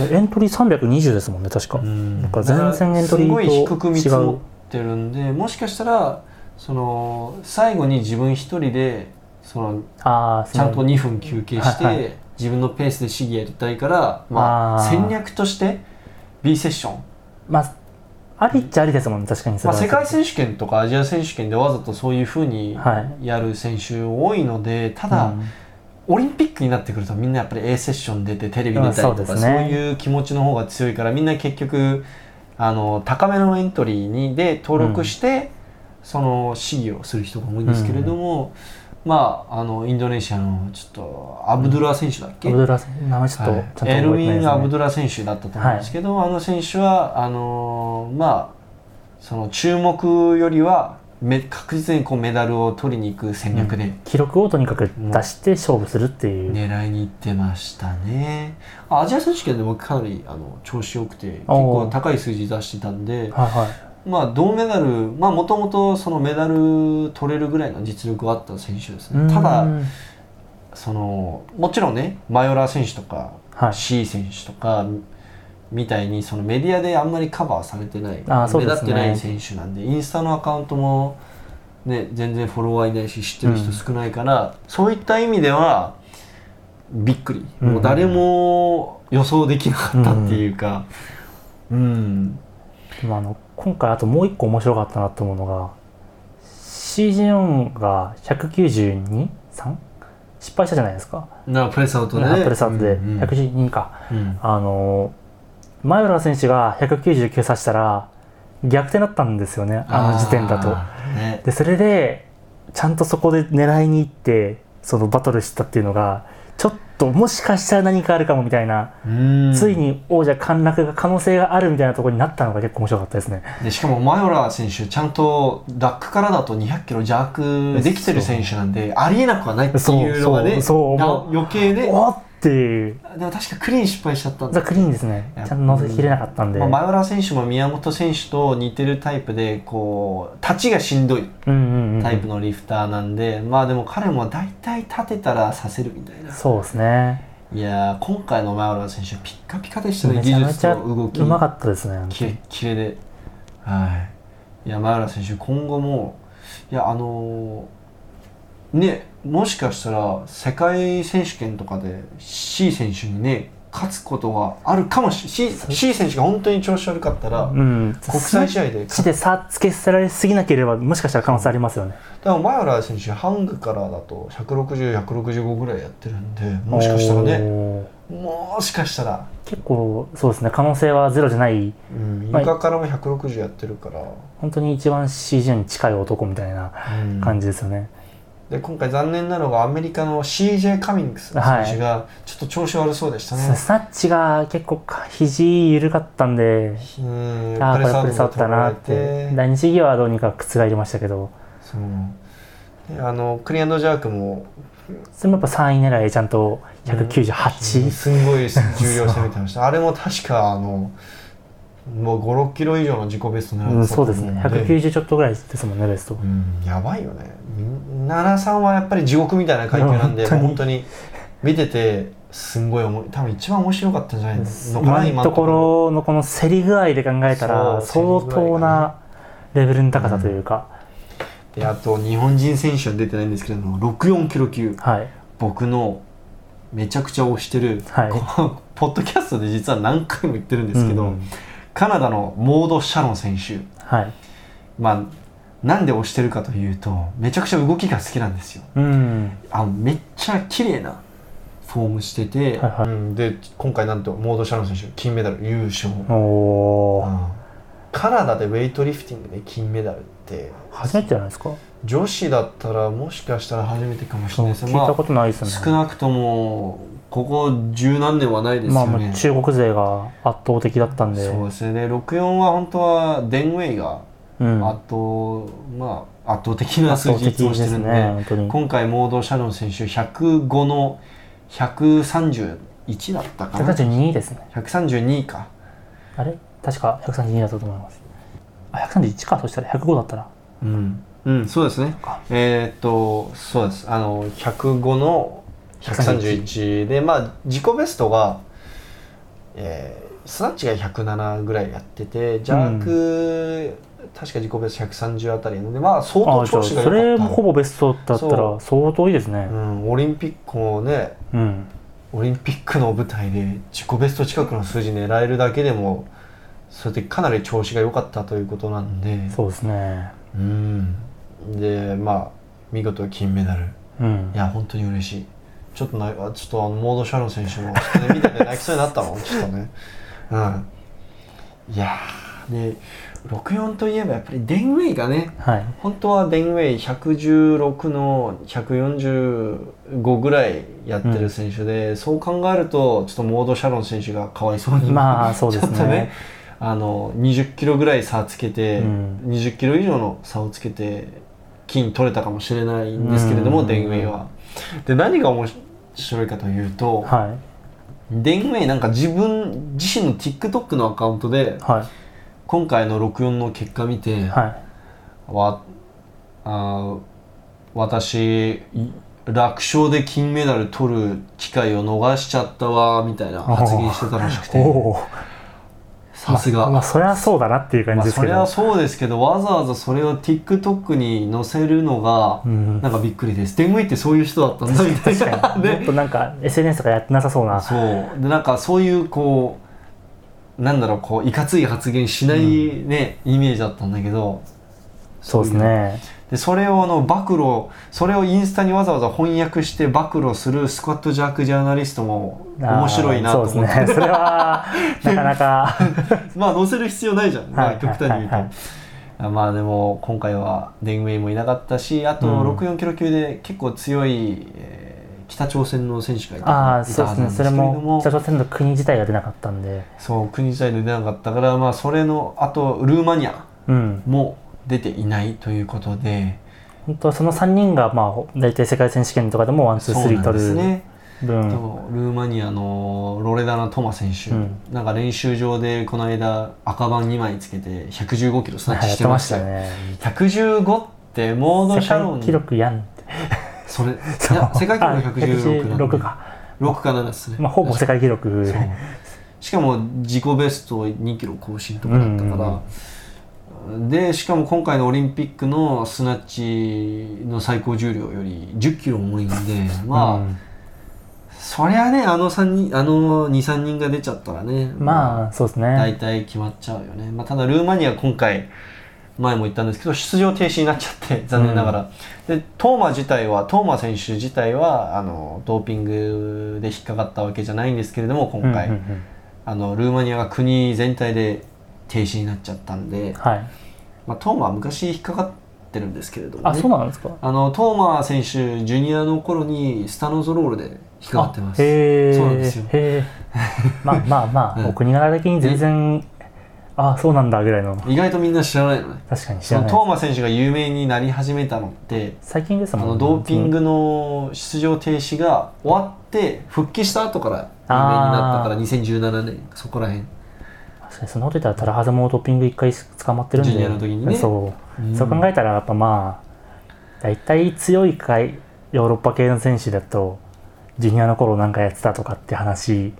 Speaker 2: エントリー320ですもんね、確か。
Speaker 1: うん
Speaker 2: なんか全然エントリ
Speaker 1: す
Speaker 2: ーと違う
Speaker 1: ごい低く見積もってるんでもしかしたらその最後に自分一人でその
Speaker 2: ああ、
Speaker 1: ちゃんと
Speaker 2: その
Speaker 1: 2分休憩して、
Speaker 2: はいは
Speaker 1: 自分のペースで試技やりたいから、まあ、
Speaker 2: あー
Speaker 1: 戦略として B セッション
Speaker 2: まあ、ありっちゃありですもんね、確かにそ
Speaker 1: ま
Speaker 2: れ
Speaker 1: あ、
Speaker 2: は
Speaker 1: 世界選手権とかアジア選手権でわざとそういうふうに
Speaker 2: は
Speaker 1: やる選手多いので、た
Speaker 2: う
Speaker 1: だ、
Speaker 2: ん
Speaker 1: オリンピックになってくるとみんなやっぱり A セッション出てテレビ出たりとか、
Speaker 2: うんそう
Speaker 1: そ
Speaker 2: で
Speaker 1: う
Speaker 2: すね
Speaker 1: いう気持ちの方が強いからみんな結局あの高めのエントリーにで登録して、その試技をする人が多いんですけれども、まああのインドネシアのちょっとアブドゥラ選手だっけ、
Speaker 2: アブドゥラ選手名前ちょっと、
Speaker 1: はい
Speaker 2: ちゃんと覚え
Speaker 1: エ
Speaker 2: て
Speaker 1: ルウ
Speaker 2: ないで
Speaker 1: ィ
Speaker 2: す、ね
Speaker 1: ン・アブドゥラ選手だったと思うんですけど、あの選手はあのーまあその注目よりはめ確実にこうメダルを取りに行く戦略で
Speaker 2: 記録をとにかく出して勝負するっていう、
Speaker 1: 狙いに行ってましたね、あアジア選手権でもかなりあの調子よくて結
Speaker 2: おー
Speaker 1: 構高い数字出してたんで、
Speaker 2: はいはい
Speaker 1: まあ、銅メダルまあもともとそのメダル取れるぐらいの実力があった選手です
Speaker 2: うーん
Speaker 1: ねただそのもちろんねマヨラー選手とか
Speaker 2: はい
Speaker 1: C 選手とかみたいにそのメディアであんまりカバーされてない、
Speaker 2: あーそう
Speaker 1: 目
Speaker 2: で
Speaker 1: 立
Speaker 2: す
Speaker 1: っ
Speaker 2: ね
Speaker 1: てない選手なんでインスタのアカウントも、ね、全然フォロワーいないし知ってる人少ないから、そういった意味ではびっくり、
Speaker 2: うん
Speaker 1: もう誰も予想できなかったっていうか、うん
Speaker 2: でもあの今回あともう一個面白かったなと思うのが CG4 が1923失敗したじゃないですか、
Speaker 1: なプレスアウトで、ね、
Speaker 2: アップルサートで
Speaker 1: うんうん
Speaker 2: 112か、
Speaker 1: うん
Speaker 2: あのマヨラー選手が199指したら逆転だったんですよねあの時点だと
Speaker 1: あーね
Speaker 2: でそれでちゃんとそこで狙いに行ってそのバトルしたっていうのがちょっともしかしたら何かあるかもみたいな、
Speaker 1: うん
Speaker 2: ついに王者陥落が可能性があるみたいなところになったのが結構面白かったですね
Speaker 1: でしかもマヨラー選手ちゃんとダックからだと200キロ弱できてる選手なんでありえなくはないっていうのがね
Speaker 2: そうそうそう
Speaker 1: な
Speaker 2: も
Speaker 1: 余計ででも
Speaker 2: おーっていう
Speaker 1: 確かクリーン失敗しちゃったん
Speaker 2: ザ・
Speaker 1: だ、
Speaker 2: クリーンですねちゃんと乗せきれなかったんで、
Speaker 1: まあ、マヨラー選手も宮本選手と似てるタイプでこう立ちがしんどい
Speaker 2: うんうんうん
Speaker 1: タイプのリフターなんで、まあでも彼も大体立てたらさせるみたいな
Speaker 2: そうですね
Speaker 1: いやー今回のマヨラー選手ピッカピカでしたね
Speaker 2: めち
Speaker 1: 技
Speaker 2: ゃめ
Speaker 1: 術
Speaker 2: ちゃ
Speaker 1: と動き
Speaker 2: うまかったですね
Speaker 1: キレッキレで、はい、いや前原選手、今後も、いや、あのーね、もしかしたら世界選手権とかで C 選手にね、勝つことがあるかもしれない、C, C 選手が本当に調子悪かったら、
Speaker 2: うん
Speaker 1: 国際試合で
Speaker 2: 地
Speaker 1: 勝つ、
Speaker 2: で差つけせられすぎなければもしかしたら可能性ありますよね
Speaker 1: でも前原選手、ハングからだと160、165ぐらいやってるんで、もしかしたらね、
Speaker 2: おー
Speaker 1: もしかしたら、
Speaker 2: 結構そうですね可能性はゼロじゃない
Speaker 1: うん、
Speaker 2: はい
Speaker 1: 床からも160やってるから。
Speaker 2: 本当に一番 CG に近い男みたいな
Speaker 1: うん
Speaker 2: 感じですよね、
Speaker 1: で今回残念なのがアメリカの CJ カミングス選手がちょっと調子悪そうでしたね、
Speaker 2: スナッチが結構か肘緩かったんで
Speaker 1: うん
Speaker 2: ああこれプ
Speaker 1: プ
Speaker 2: レ
Speaker 1: レ
Speaker 2: ス
Speaker 1: ス
Speaker 2: あ
Speaker 1: ア
Speaker 2: っ
Speaker 1: ウ
Speaker 2: た
Speaker 1: ト
Speaker 2: な
Speaker 1: が
Speaker 2: っ
Speaker 1: 取られ
Speaker 2: て
Speaker 1: て
Speaker 2: 第二次技はどうにか覆りましたけど
Speaker 1: そうであのクリアンドジャークも
Speaker 2: それもやっぱ3位狙いちゃんと198、
Speaker 1: すんごい重量攻めてま したあれも確かあのもう56キロ以上の自己ベスト狙ってたと
Speaker 2: う
Speaker 1: 思
Speaker 2: ん
Speaker 1: ん
Speaker 2: そうですね190ちょっとぐらいですもんねベスト、
Speaker 1: うんやばいよね73はやっぱり地獄みたいな階級なんで
Speaker 2: いや本当に
Speaker 1: 本当に見ててすんごい重い多分一番面白かったんじゃないのか
Speaker 2: 今
Speaker 1: な今
Speaker 2: のところのこの競り具合で考えたら
Speaker 1: そう
Speaker 2: 相当なレベルの高さというか、
Speaker 1: であと日本人選手は出てないんですけども64キロ級
Speaker 2: はい
Speaker 1: 僕のめちゃくちゃ推してる、
Speaker 2: はい
Speaker 1: このポッドキャストで実は何回も言ってるんですけど、
Speaker 2: うん
Speaker 1: カナダのモード・シャロン選手
Speaker 2: はい
Speaker 1: まあなんで推してるかというとめちゃくちゃ動きが好きなんですよ
Speaker 2: うん
Speaker 1: あめっちゃ綺麗なフォームしてて、
Speaker 2: はいはい
Speaker 1: うんで今回なんとモード・シャロン選手金メダル優勝、
Speaker 2: おおー、
Speaker 1: うんカナダでウェイトリフティングで金メダルって
Speaker 2: 初めてじゃないですか
Speaker 1: 女子だったらもしかしたら初めてかもしれないです
Speaker 2: 聞
Speaker 1: ね
Speaker 2: い
Speaker 1: まあ
Speaker 2: たことないですよね、
Speaker 1: 少なくともここ十何年はないです
Speaker 2: まあ
Speaker 1: よね、
Speaker 2: まあ中国勢が圧倒的だったんで
Speaker 1: そうですねで64は本当はデン・ウェイが
Speaker 2: うん、
Speaker 1: 圧倒、まあ圧倒的な
Speaker 2: 圧
Speaker 1: 数
Speaker 2: 倒
Speaker 1: 字い
Speaker 2: 的
Speaker 1: つもして
Speaker 2: で
Speaker 1: る
Speaker 2: す
Speaker 1: んで
Speaker 2: ね本当に
Speaker 1: 今回モード・シャロン選手105の131だったかな
Speaker 2: 132ですね
Speaker 1: 132か
Speaker 2: あれ確か132だったと思いますあ131かそしたら105だったら
Speaker 1: うん、うん、そうですね
Speaker 2: か
Speaker 1: えーっとそうですあの105の131でまあ自己ベストが、えースナッチが107ぐらいやっててジャーク、確か自己ベスト130あたりなのでまあ相
Speaker 2: あ
Speaker 1: 当
Speaker 2: じ
Speaker 1: 調子が
Speaker 2: ゃあそ
Speaker 1: 良
Speaker 2: れ
Speaker 1: か
Speaker 2: も
Speaker 1: った
Speaker 2: ほぼベストだった
Speaker 1: そ
Speaker 2: ら相当いいですね
Speaker 1: うん、オリンピックもね
Speaker 2: うん、
Speaker 1: オリンピックの舞台で自己ベスト近くの数字狙えるだけでもそれでかなり調子が良かったということなんで
Speaker 2: そうですね
Speaker 1: うんでまあ見事金メダル
Speaker 2: うん
Speaker 1: いや本当に嬉しいちょっとなあちょっとあのモード・シャロン選手もちょっとね見てて泣きそうになったも んちょっとねうんいやーで64といえばやっぱりデン・ウェイがね
Speaker 2: はい
Speaker 1: 本当はデン・ウェイ116の145ぐらいやってる選手で、そう考えるとちょっとモード・シャロン選手がかわいそうに、
Speaker 2: まあそうですね
Speaker 1: ちょっとねあの20キロぐらい差つけて、
Speaker 2: うん
Speaker 1: 20キロ以上の差をつけて金取れたかもしれないんですけれども、
Speaker 2: うん
Speaker 1: デン・ウェイは。で何が面白いかというと、
Speaker 2: は
Speaker 1: デン・ウェイなんか自分自身の TikTok のアカウントで
Speaker 2: いは
Speaker 1: 今回の64の結果見て、
Speaker 2: いは
Speaker 1: わあー私い楽勝で金メダル取る機会を逃しちゃったわみたいな発言してたらしく
Speaker 2: い
Speaker 1: て
Speaker 2: おー
Speaker 1: さすが、
Speaker 2: まあまあそりゃそうだなっていう感
Speaker 1: ま
Speaker 2: じ
Speaker 1: あ
Speaker 2: です
Speaker 1: そ
Speaker 2: け
Speaker 1: れ
Speaker 2: ど、
Speaker 1: はそうですけどわざわざそれを TikTok に載せるのが
Speaker 2: うん
Speaker 1: なんかびっくりです、デンウェイってそういう人だったんだみたいな
Speaker 2: も っ
Speaker 1: で
Speaker 2: となんか SNS とかやってなさそうな
Speaker 1: そうでなんかそういうこうなんだろうこういかつい発言しないね、イメージだったんだけど
Speaker 2: そうですね
Speaker 1: でそれをあの暴露それをインスタにわざわざ翻訳して暴露するスクワットジャークジャーナリストも面白いなと思って
Speaker 2: あーそうですねそれはなか なか
Speaker 1: まあ載せる必要ないじゃん、ま
Speaker 2: は
Speaker 1: あ、
Speaker 2: い
Speaker 1: 極端に言うと、
Speaker 2: はいはい
Speaker 1: あまあでも今回はデンウェイもいなかったしあと
Speaker 2: うん
Speaker 1: 64キロ級で結構強い、えー北朝鮮の選手がいたいた
Speaker 2: あ
Speaker 1: は
Speaker 2: あ
Speaker 1: ず
Speaker 2: そう
Speaker 1: な
Speaker 2: で
Speaker 1: ん
Speaker 2: す
Speaker 1: で
Speaker 2: ね
Speaker 1: す
Speaker 2: そ
Speaker 1: けれ
Speaker 2: れ
Speaker 1: ど
Speaker 2: も
Speaker 1: も
Speaker 2: 北朝鮮の国自体が出なかったんで
Speaker 1: そう国際で出なかったからまあそれのあとルーマニア
Speaker 2: うん
Speaker 1: も出ていないということで
Speaker 2: 本当はその3人がまあ大体世界選手権とかでもワンツース
Speaker 1: そう
Speaker 2: リー
Speaker 1: なん
Speaker 2: 取
Speaker 1: です
Speaker 2: る分、
Speaker 1: ねでもルーマニアのロレダナ・トマ選手、
Speaker 2: うん
Speaker 1: なんか練習場でこの間赤番2枚つけて115キロスナッ
Speaker 2: は
Speaker 1: チし
Speaker 2: い やってて
Speaker 1: ま
Speaker 2: ま
Speaker 1: し
Speaker 2: したた
Speaker 1: よ、
Speaker 2: ね
Speaker 1: 115ってモード・
Speaker 2: 世
Speaker 1: シャロン
Speaker 2: 界記録やんって
Speaker 1: それいや世界記録116なんで
Speaker 2: 6か、
Speaker 1: 6か7ですね、
Speaker 2: まあ、ほぼ世界記録
Speaker 1: そうしかも自己ベスト2キロ更新とかだったから、でしかも今回のオリンピックのスナッチの最高重量より1 0キロ重いんでまあ、
Speaker 2: うん
Speaker 1: そりゃねあの3人あの23人が出ちゃったらね
Speaker 2: まあそうです
Speaker 1: あ大
Speaker 2: ね
Speaker 1: 体決まっちゃうよね、まあ、ただルーマニア今回前も言ったんですけど出場停止になっちゃって残念ながら、でトーマ自体はトーマ選手自体はあのドーピングで引っかかったわけじゃないんですけれども今回、
Speaker 2: うんうんうん
Speaker 1: あのルーマニアが国全体で停止になっちゃったんで、
Speaker 2: はい
Speaker 1: まあ、トーマは昔引っかかってるんですけれども、ね、
Speaker 2: あそうなんですか
Speaker 1: あのトーマ選手ジュニアの頃にスタノゾロールで引っかかってます
Speaker 2: あへえ
Speaker 1: そうなんですよ
Speaker 2: へーまあまあま あ、
Speaker 1: うん
Speaker 2: お国柄的に全然あそうなんだぐらいの
Speaker 1: 意外とみんな知らないのね
Speaker 2: 確かに知
Speaker 1: そ
Speaker 2: ら
Speaker 1: の
Speaker 2: ない
Speaker 1: トーマ選手が有名になり始めたのって
Speaker 2: 最近です
Speaker 1: あ
Speaker 2: もん
Speaker 1: の
Speaker 2: ね
Speaker 1: ドーピングの出場停止が終わって復帰した後から有名になったから
Speaker 2: あ
Speaker 1: 2017年そこら辺
Speaker 2: 確かにそんなこと言ったらタラハザもドーピング一回捕まってるんで
Speaker 1: ジュニアの時にね
Speaker 2: そう、
Speaker 1: うん
Speaker 2: そう考えたらやっぱまあ大体強い回ヨーロッパ系の選手だとジュニアの頃なんかやってたとかって話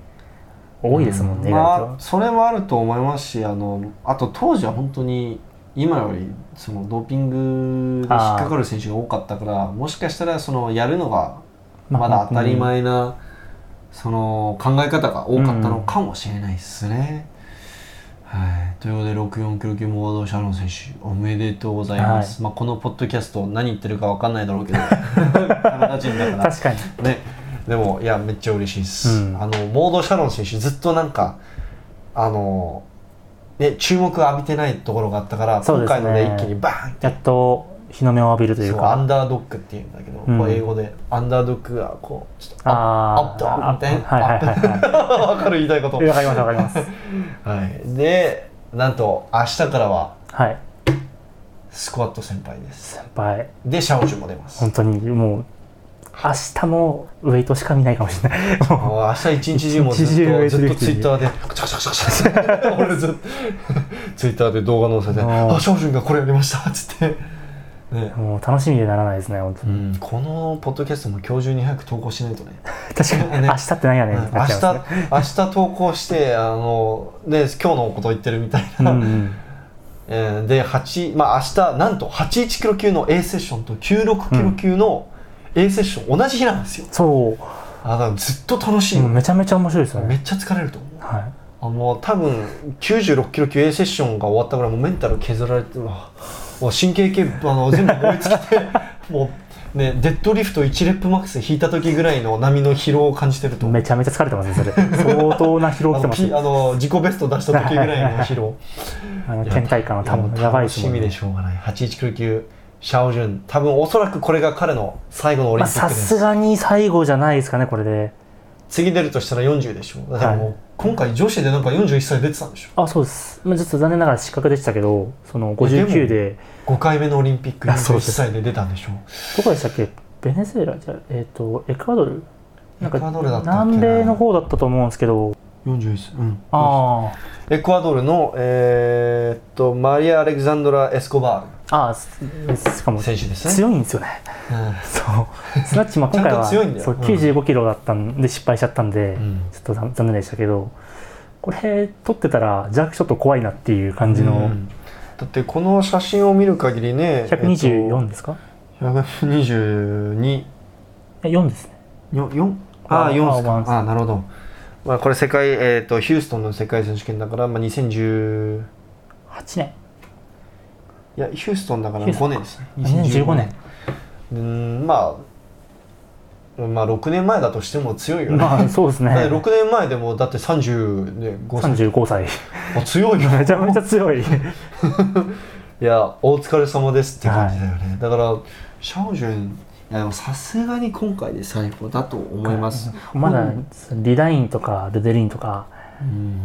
Speaker 2: 多いですもんね、意外と、
Speaker 1: まあ、それもあると思いますしあのあと当時は本当に今よりそのドーピングで引っかかる選手が多かったからもしかしたらそのやるのがまだ当たり前な、その考え方が多かったのかもしれないですね。はい、ということで64キロ級モードシャロン選手おめでとうございます、まあ、このポッドキャスト何言ってるかわかんないだろうけど カナダ人だから
Speaker 2: 確かに
Speaker 1: ね、でもいやめっちゃ嬉しいです、
Speaker 2: うん
Speaker 1: あのモード・シャロン選手ずっとなんかあの、ね、注目を浴びてないところがあったから、
Speaker 2: そう
Speaker 1: 今
Speaker 2: ですね
Speaker 1: 回ので一気にバーンって
Speaker 2: やっと日の目を浴びるという
Speaker 1: そうア
Speaker 2: か
Speaker 1: ンダードックっていうんだけど、
Speaker 2: うん
Speaker 1: こう英語でアンダードックがこうちょっとア
Speaker 2: あ
Speaker 1: ップ
Speaker 2: ー
Speaker 1: アップみたい
Speaker 2: はいはいはい
Speaker 1: な
Speaker 2: は
Speaker 1: わかる言いたいこと
Speaker 2: いわかりますわかりま す
Speaker 1: はいでなんと明日からは
Speaker 2: はい
Speaker 1: スクワット先輩です
Speaker 2: 先輩
Speaker 1: でシャオジュも出ます
Speaker 2: 本当にもう明日もウェイトしか見ないかもしれないも
Speaker 1: もう明日一日中もず
Speaker 2: 一日
Speaker 1: っ
Speaker 2: 中
Speaker 1: とずっとツイッターでカチャカチャカチャカチャ 俺ずっとツイッターで動画載せて「
Speaker 2: あー
Speaker 1: あシャオジュンがこれやりました」っつって、ね
Speaker 2: うもう楽しみでならないですね本当
Speaker 1: う
Speaker 2: に、
Speaker 1: ん、このポッドキャストも今日中に早く投稿しないとね
Speaker 2: 確かに
Speaker 1: ね
Speaker 2: 明日って何やねん
Speaker 1: 明
Speaker 2: ってなっちゃいます
Speaker 1: 日
Speaker 2: ね
Speaker 1: 明日投稿してあの、ね、今日のこと言ってるみたいな、
Speaker 2: うんうん
Speaker 1: えーで8、まあ、明日なんと81キロ級の A セッションと96キロ級の A セッション同じ日なんですよ
Speaker 2: そ
Speaker 1: あだからずっと楽し
Speaker 2: う
Speaker 1: い
Speaker 2: もう
Speaker 1: よ
Speaker 2: めちゃめちゃ面白いですよ
Speaker 1: め
Speaker 2: ね
Speaker 1: っちゃ疲れると思う
Speaker 2: は
Speaker 1: あもう多分96キロ級 A セッションが終わったぐらいもうメンタル削られてうわもう神経系あの全部燃え尽きて もうねデッドリフト1レップマックス引いた時ぐらいの波の疲労を感じてると
Speaker 2: い
Speaker 1: 思う
Speaker 2: めちゃめちゃ疲れてますねそれ相当な疲労
Speaker 1: あ
Speaker 2: きて
Speaker 1: の
Speaker 2: ます
Speaker 1: ピ
Speaker 2: よ
Speaker 1: あの自己ベスト出した時ぐらいの疲労
Speaker 2: あの倦怠感は多 分
Speaker 1: い
Speaker 2: やば
Speaker 1: 楽
Speaker 2: いです
Speaker 1: し
Speaker 2: もん
Speaker 1: み
Speaker 2: ね
Speaker 1: でしょうがない81キロ級シャオジュン多分おそらくこれが彼の最後のオリ
Speaker 2: ま
Speaker 1: ン
Speaker 2: あ
Speaker 1: ピッ
Speaker 2: さ
Speaker 1: クです
Speaker 2: すがに最後じゃないですかねこれで
Speaker 1: 次出るとしたら40でしょだからもう
Speaker 2: は
Speaker 1: 今回女子でなんか41歳出てたんでしょ
Speaker 2: あそうです、まあ、ちょっと残念ながら失格でしたけどその
Speaker 1: えで
Speaker 2: 59
Speaker 1: も
Speaker 2: で
Speaker 1: 5回目のオリンピック
Speaker 2: あそう
Speaker 1: 41
Speaker 2: です
Speaker 1: 歳で出たんでしょ
Speaker 2: どこでしたっけベネズエラじゃえっ、とエクアドルなんか
Speaker 1: エクアドルだったっけな
Speaker 2: 南米の方だったと思うんですけど
Speaker 1: 41歳うん
Speaker 2: あー
Speaker 1: エクアドルの、えーっとマリア・アレクザンドラ・エスコバ
Speaker 2: あーすし
Speaker 1: ー
Speaker 2: かも
Speaker 1: グ選手ですね、
Speaker 2: 強いんですよね
Speaker 1: う
Speaker 2: そうスナッチまあ今回は
Speaker 1: ちゃんと強いんだよ
Speaker 2: そう
Speaker 1: うん
Speaker 2: 95キロだったんで失敗しちゃったんで、
Speaker 1: ん
Speaker 2: ちょっと残残念でしたけどこれ取ってたらジャックちょっと怖いなっていう感じ
Speaker 1: う
Speaker 2: の
Speaker 1: んだってこの写真を見る限りね
Speaker 2: 124ですか、
Speaker 1: 122
Speaker 2: え4ですね
Speaker 1: 4ああ4
Speaker 2: あ
Speaker 1: です
Speaker 2: あ
Speaker 1: か
Speaker 2: ワン
Speaker 1: ああなるほど、まあ、これ世界、えーっとヒューストンの世界選手権だから、まあ、2010
Speaker 2: 8年
Speaker 1: いやヒューストンだから
Speaker 2: ヒュースト
Speaker 1: 5
Speaker 2: ン
Speaker 1: 年ですね
Speaker 2: 2015年
Speaker 1: うんまあまあ6年前だとしても強いよね、
Speaker 2: まあそうですね
Speaker 1: だって6年前でもだって35歳
Speaker 2: 35歳
Speaker 1: あ強 いよ
Speaker 2: めちゃめちゃ強い
Speaker 1: いやお疲れ様ですって感じだよね、だからシャオジュンいやでもさすがに今回で最後だと思います、
Speaker 2: まだ
Speaker 1: うん
Speaker 2: リダインとかルデリンとか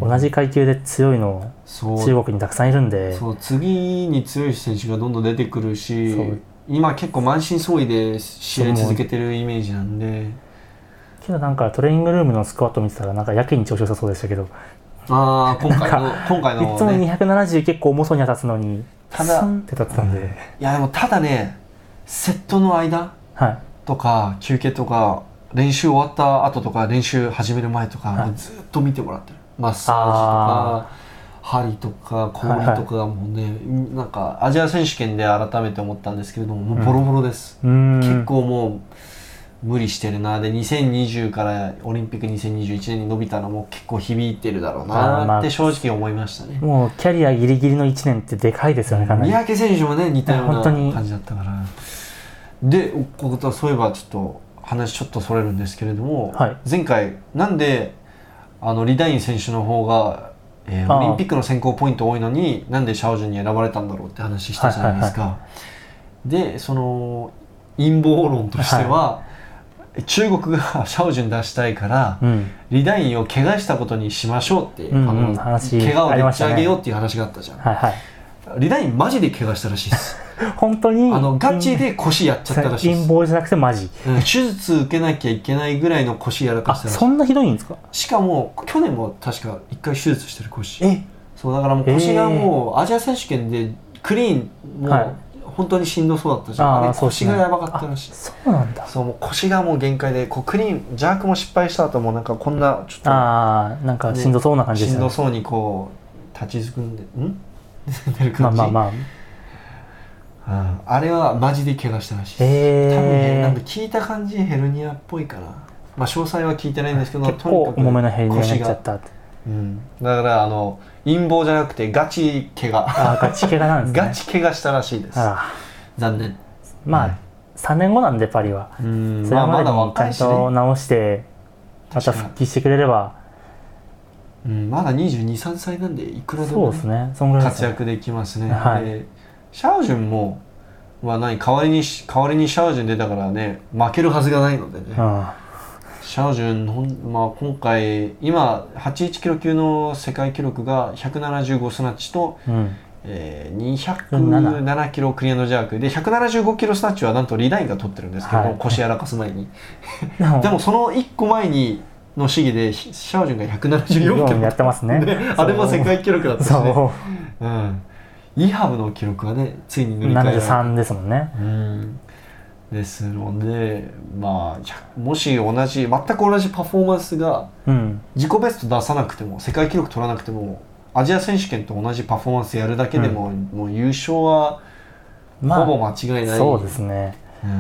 Speaker 2: 同じ階級で強いの
Speaker 1: そう
Speaker 2: 中国にたくさんいるんで
Speaker 1: そう次に強い選手がどんどん出てくるし
Speaker 2: そう
Speaker 1: 今結構満身創痍で試合続けてるイメージなんで
Speaker 2: けどなんかトレーニングルームのスクワット見てたらなんかやけに調子良さそうでしたけどい
Speaker 1: ああ今回の今回
Speaker 2: つも
Speaker 1: の、ね、
Speaker 2: 270結構重そうに当たつのに
Speaker 1: ただ
Speaker 2: スンって立ってたんで
Speaker 1: いやでもただねセットの間
Speaker 2: はい
Speaker 1: とか休憩とか練習終わった後とか練習始める前とか、
Speaker 2: はい
Speaker 1: もうずっと見てもらってるマッサージとか針とか氷とかがもうね、なんかアジア選手権で改めて思ったんですけれどももうボロボロです、
Speaker 2: うーん
Speaker 1: 結構もう無理してるなで2020からオリンピック2021年に伸びたのも結構響いてるだろう
Speaker 2: あーま
Speaker 1: な
Speaker 2: あ
Speaker 1: って正直思いましたね、
Speaker 2: もうキャリアギリギリの1年ってでかいですよねかなり
Speaker 1: 三宅選手もね似たよう
Speaker 2: いや
Speaker 1: な
Speaker 2: 本当に
Speaker 1: 感じだったからでこことそういえばちょっと話ちょっとそれるんですけれども、
Speaker 2: はい
Speaker 1: 前回なんであのリダイン選手の方が、えー
Speaker 2: ああ
Speaker 1: オリンピックの選考ポイント多いのになんでシャオジュンに選ばれたんだろうって話したじゃないですか、でその陰謀論としては、中国が シャオジュン出したいから、
Speaker 2: うん
Speaker 1: リダインを怪我したことにしましょうって、
Speaker 2: うんうん
Speaker 1: あの
Speaker 2: 話
Speaker 1: 怪我を
Speaker 2: あり
Speaker 1: で
Speaker 2: ま
Speaker 1: っ
Speaker 2: し
Speaker 1: ち
Speaker 2: たね
Speaker 1: 上げようっていう話があったじゃん、
Speaker 2: はいはい
Speaker 1: リダインマジで怪我したらしいです
Speaker 2: 本当に
Speaker 1: あのガチで腰やっちゃったらしいで
Speaker 2: 陰
Speaker 1: す、
Speaker 2: 謀じゃなくてマジ
Speaker 1: うん手術受けなきゃいけないぐらいの腰やら
Speaker 2: あ
Speaker 1: かしたらし
Speaker 2: そんなひどいんですか
Speaker 1: いしかも去年も確か1回手術してる腰
Speaker 2: え
Speaker 1: そうだからもう腰がもうアジア選手権でクリーンもう
Speaker 2: はい
Speaker 1: 本当にしんどそうだったじゃん
Speaker 2: あー
Speaker 1: あれ
Speaker 2: そうです
Speaker 1: 腰
Speaker 2: ね
Speaker 1: がやばかったらしい
Speaker 2: そうなんだ
Speaker 1: そうもう腰がもう限界でこうクリーンジャークも失敗した後もなんかこんなちょっと
Speaker 2: ああなんかしんどそうな感じで
Speaker 1: し
Speaker 2: す
Speaker 1: ん
Speaker 2: よ
Speaker 1: ど
Speaker 2: ね
Speaker 1: そうにこう立ちすくんでん 出る
Speaker 2: ま
Speaker 1: 感
Speaker 2: あ
Speaker 1: じ
Speaker 2: まあまあ
Speaker 1: うんあれはマジで怪我したらしいです、
Speaker 2: へー
Speaker 1: 多分ねなんか聞いた感じヘルニアっぽいかなまあ詳細は聞いてないんですけど
Speaker 2: 結構重めのヘルニアになっちゃっ
Speaker 1: 腰が
Speaker 2: たって
Speaker 1: うん、だからあの陰謀じゃなくてガチ怪我
Speaker 2: あーガチ怪我なんですね
Speaker 1: ガチ怪我したらしいです
Speaker 2: あ
Speaker 1: 残念
Speaker 2: ーまあ3年後なんでパリは
Speaker 1: うん
Speaker 2: それ
Speaker 1: まあ
Speaker 2: ま
Speaker 1: ま
Speaker 2: で
Speaker 1: だ
Speaker 2: にち
Speaker 1: 若
Speaker 2: ゃ
Speaker 1: い
Speaker 2: ん
Speaker 1: し、ね
Speaker 2: と直してまた
Speaker 1: 確かに
Speaker 2: 復帰してくれれば
Speaker 1: うん、まだ2 2 3歳なんでいくらで
Speaker 2: そ
Speaker 1: も
Speaker 2: うで
Speaker 1: ね、
Speaker 2: すねそんぐらいです
Speaker 1: 活
Speaker 2: ね
Speaker 1: 躍できますね、
Speaker 2: はい
Speaker 1: でシャオジュンもは何代わりにし代わりにシャオジュン出たからね負けるはずがないのでね、
Speaker 2: うん
Speaker 1: シャオジュンほん、まあ、今回今81キロ級の世界記録が175スナッチと、
Speaker 2: うん
Speaker 1: えー207キロクリアのジャークで175キロスナッチはなんとリダインが取ってるんですけど、
Speaker 2: はい
Speaker 1: 腰やらかす前に
Speaker 2: でも
Speaker 1: でもその1個前にの試技でシャオジュンが174キ
Speaker 2: 4
Speaker 1: ロ
Speaker 2: やってますね
Speaker 1: あれも世界記録だったしね
Speaker 2: そ
Speaker 1: うんイハブの記録はねついに
Speaker 2: う
Speaker 1: 塗り替えられた
Speaker 2: 73ですもんね
Speaker 1: うんですのでまあひゃもし同じ全く同じパフォーマンスが
Speaker 2: うん
Speaker 1: 自己ベスト出さなくても世界記録取らなくてもアジア選手権と同じパフォーマンスやるだけでも、もう優勝は
Speaker 2: ま
Speaker 1: ほぼ
Speaker 2: あ
Speaker 1: 間違いない、
Speaker 2: そうですね
Speaker 1: うんい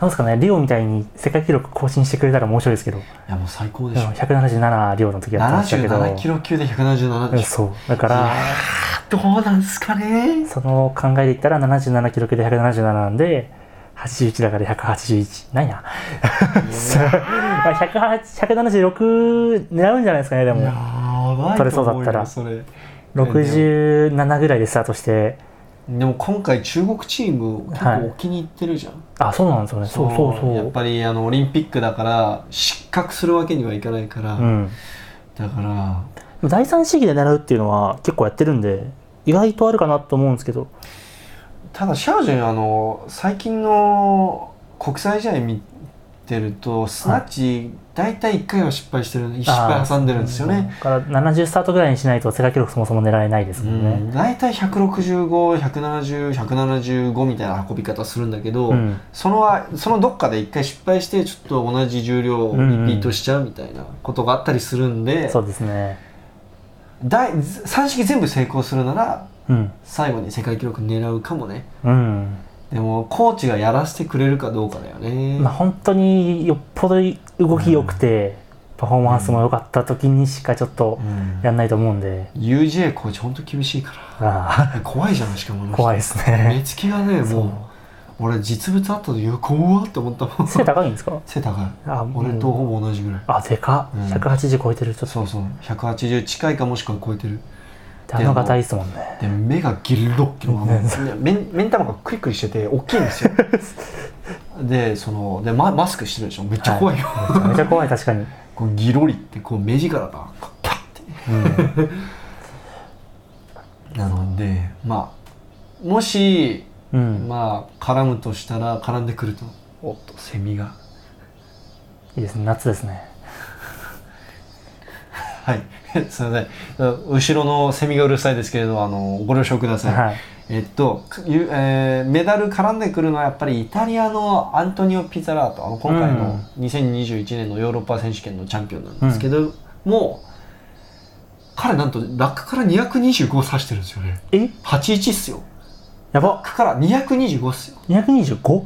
Speaker 2: どうですかねリオみたいに世界記録更新してくれたら面白いですけど
Speaker 1: やもう最高で
Speaker 2: で
Speaker 1: し
Speaker 2: も
Speaker 1: ょ
Speaker 2: 177リオの時やってましたけど
Speaker 1: 77キロ級で177でしょ
Speaker 2: そうだか
Speaker 1: いや
Speaker 2: ら
Speaker 1: ーどうなんすかね
Speaker 2: その考えでいったら77キロ級で177なんで81だから181ないなま あ108 176狙うんじゃないですかねで
Speaker 1: や
Speaker 2: も
Speaker 1: ばい
Speaker 2: 取れ
Speaker 1: と
Speaker 2: そうだ
Speaker 1: 思
Speaker 2: っ
Speaker 1: う
Speaker 2: た
Speaker 1: よ
Speaker 2: ら
Speaker 1: それ
Speaker 2: 67ぐらいでスタートして
Speaker 1: でも今回中国チーム結
Speaker 2: はい
Speaker 1: 構お気に入ってるじゃん、
Speaker 2: あそうなんですよねそうそうそ
Speaker 1: や
Speaker 2: う
Speaker 1: っぱりあのオリンピックだから失格するわけにはいかないから、
Speaker 2: うん
Speaker 1: だから
Speaker 2: でも第三試技で狙うっていうのは結構やってるんで意外とあるかなと思うんですけど
Speaker 1: ただシャオジュンあの最近の国際試合見てるとスナッチ大体1回は失敗してる失敗挟んでるんですよね
Speaker 2: だから70スタートぐらいにしないと世界記録そもそも狙えないです
Speaker 1: う
Speaker 2: もんね
Speaker 1: ん、大体165170175みたいな運び方するんだけど、
Speaker 2: うん
Speaker 1: そのはそのどっかで1回失敗してちょっと同じ重量をリピートしちゃうみたいなことがあったりするんで、
Speaker 2: そうですね
Speaker 1: 第3式全部成功するなら
Speaker 2: うん
Speaker 1: 最後に世界記録狙うかもね
Speaker 2: うん
Speaker 1: でもコーチがやらせてくれるかどうかだよね、
Speaker 2: まあ、本当によっぽど動き良くて、パフォーマンスも良かった時にしかちょっと
Speaker 1: うん
Speaker 2: やんないと思うんで、
Speaker 1: UJ コーチ本当厳しいか
Speaker 2: あ
Speaker 1: ら 怖いじゃんしかもあの
Speaker 2: あ
Speaker 1: 人
Speaker 2: 怖いです
Speaker 1: 目
Speaker 2: ね
Speaker 1: つきがね
Speaker 2: そう
Speaker 1: もう俺実物あった時うわ怖っって思ったもん
Speaker 2: 背高いんですか
Speaker 1: 背高い
Speaker 2: あうん
Speaker 1: 俺とほぼ同じぐらい、
Speaker 2: あでか
Speaker 1: うん
Speaker 2: 180超えてるちょっと
Speaker 1: そうそう180近いかもしくは超えてる
Speaker 2: あの方いいですもんね
Speaker 1: で目がギルロッキロ
Speaker 2: ね
Speaker 1: 目目ん玉がクリクリしてて大きいん ですよでそのでママスクしてるでしょめっちゃ怖いよ、
Speaker 2: めちゃめちゃ怖い確かに、
Speaker 1: こうギロリってこう目力がこうパッて
Speaker 2: うん、
Speaker 1: なのでまあもし、
Speaker 2: うん
Speaker 1: まあ絡むとしたら絡んでくるとおっとセミが
Speaker 2: いいですね夏ですね
Speaker 1: はい すいません後ろのセミがうるさいですけれどあのご了承ください、
Speaker 2: はい
Speaker 1: えっと、ゆえーメダル絡んでくるのはやっぱりイタリアのアントニオ・ピザラートあの今回の2021年のヨーロッパ選手権のチャンピオンなんですけど、もう彼なんとラックから225指してるんですよね
Speaker 2: え
Speaker 1: 81っすよ
Speaker 2: や
Speaker 1: ラッ
Speaker 2: ば
Speaker 1: クから225っすよ
Speaker 2: 225?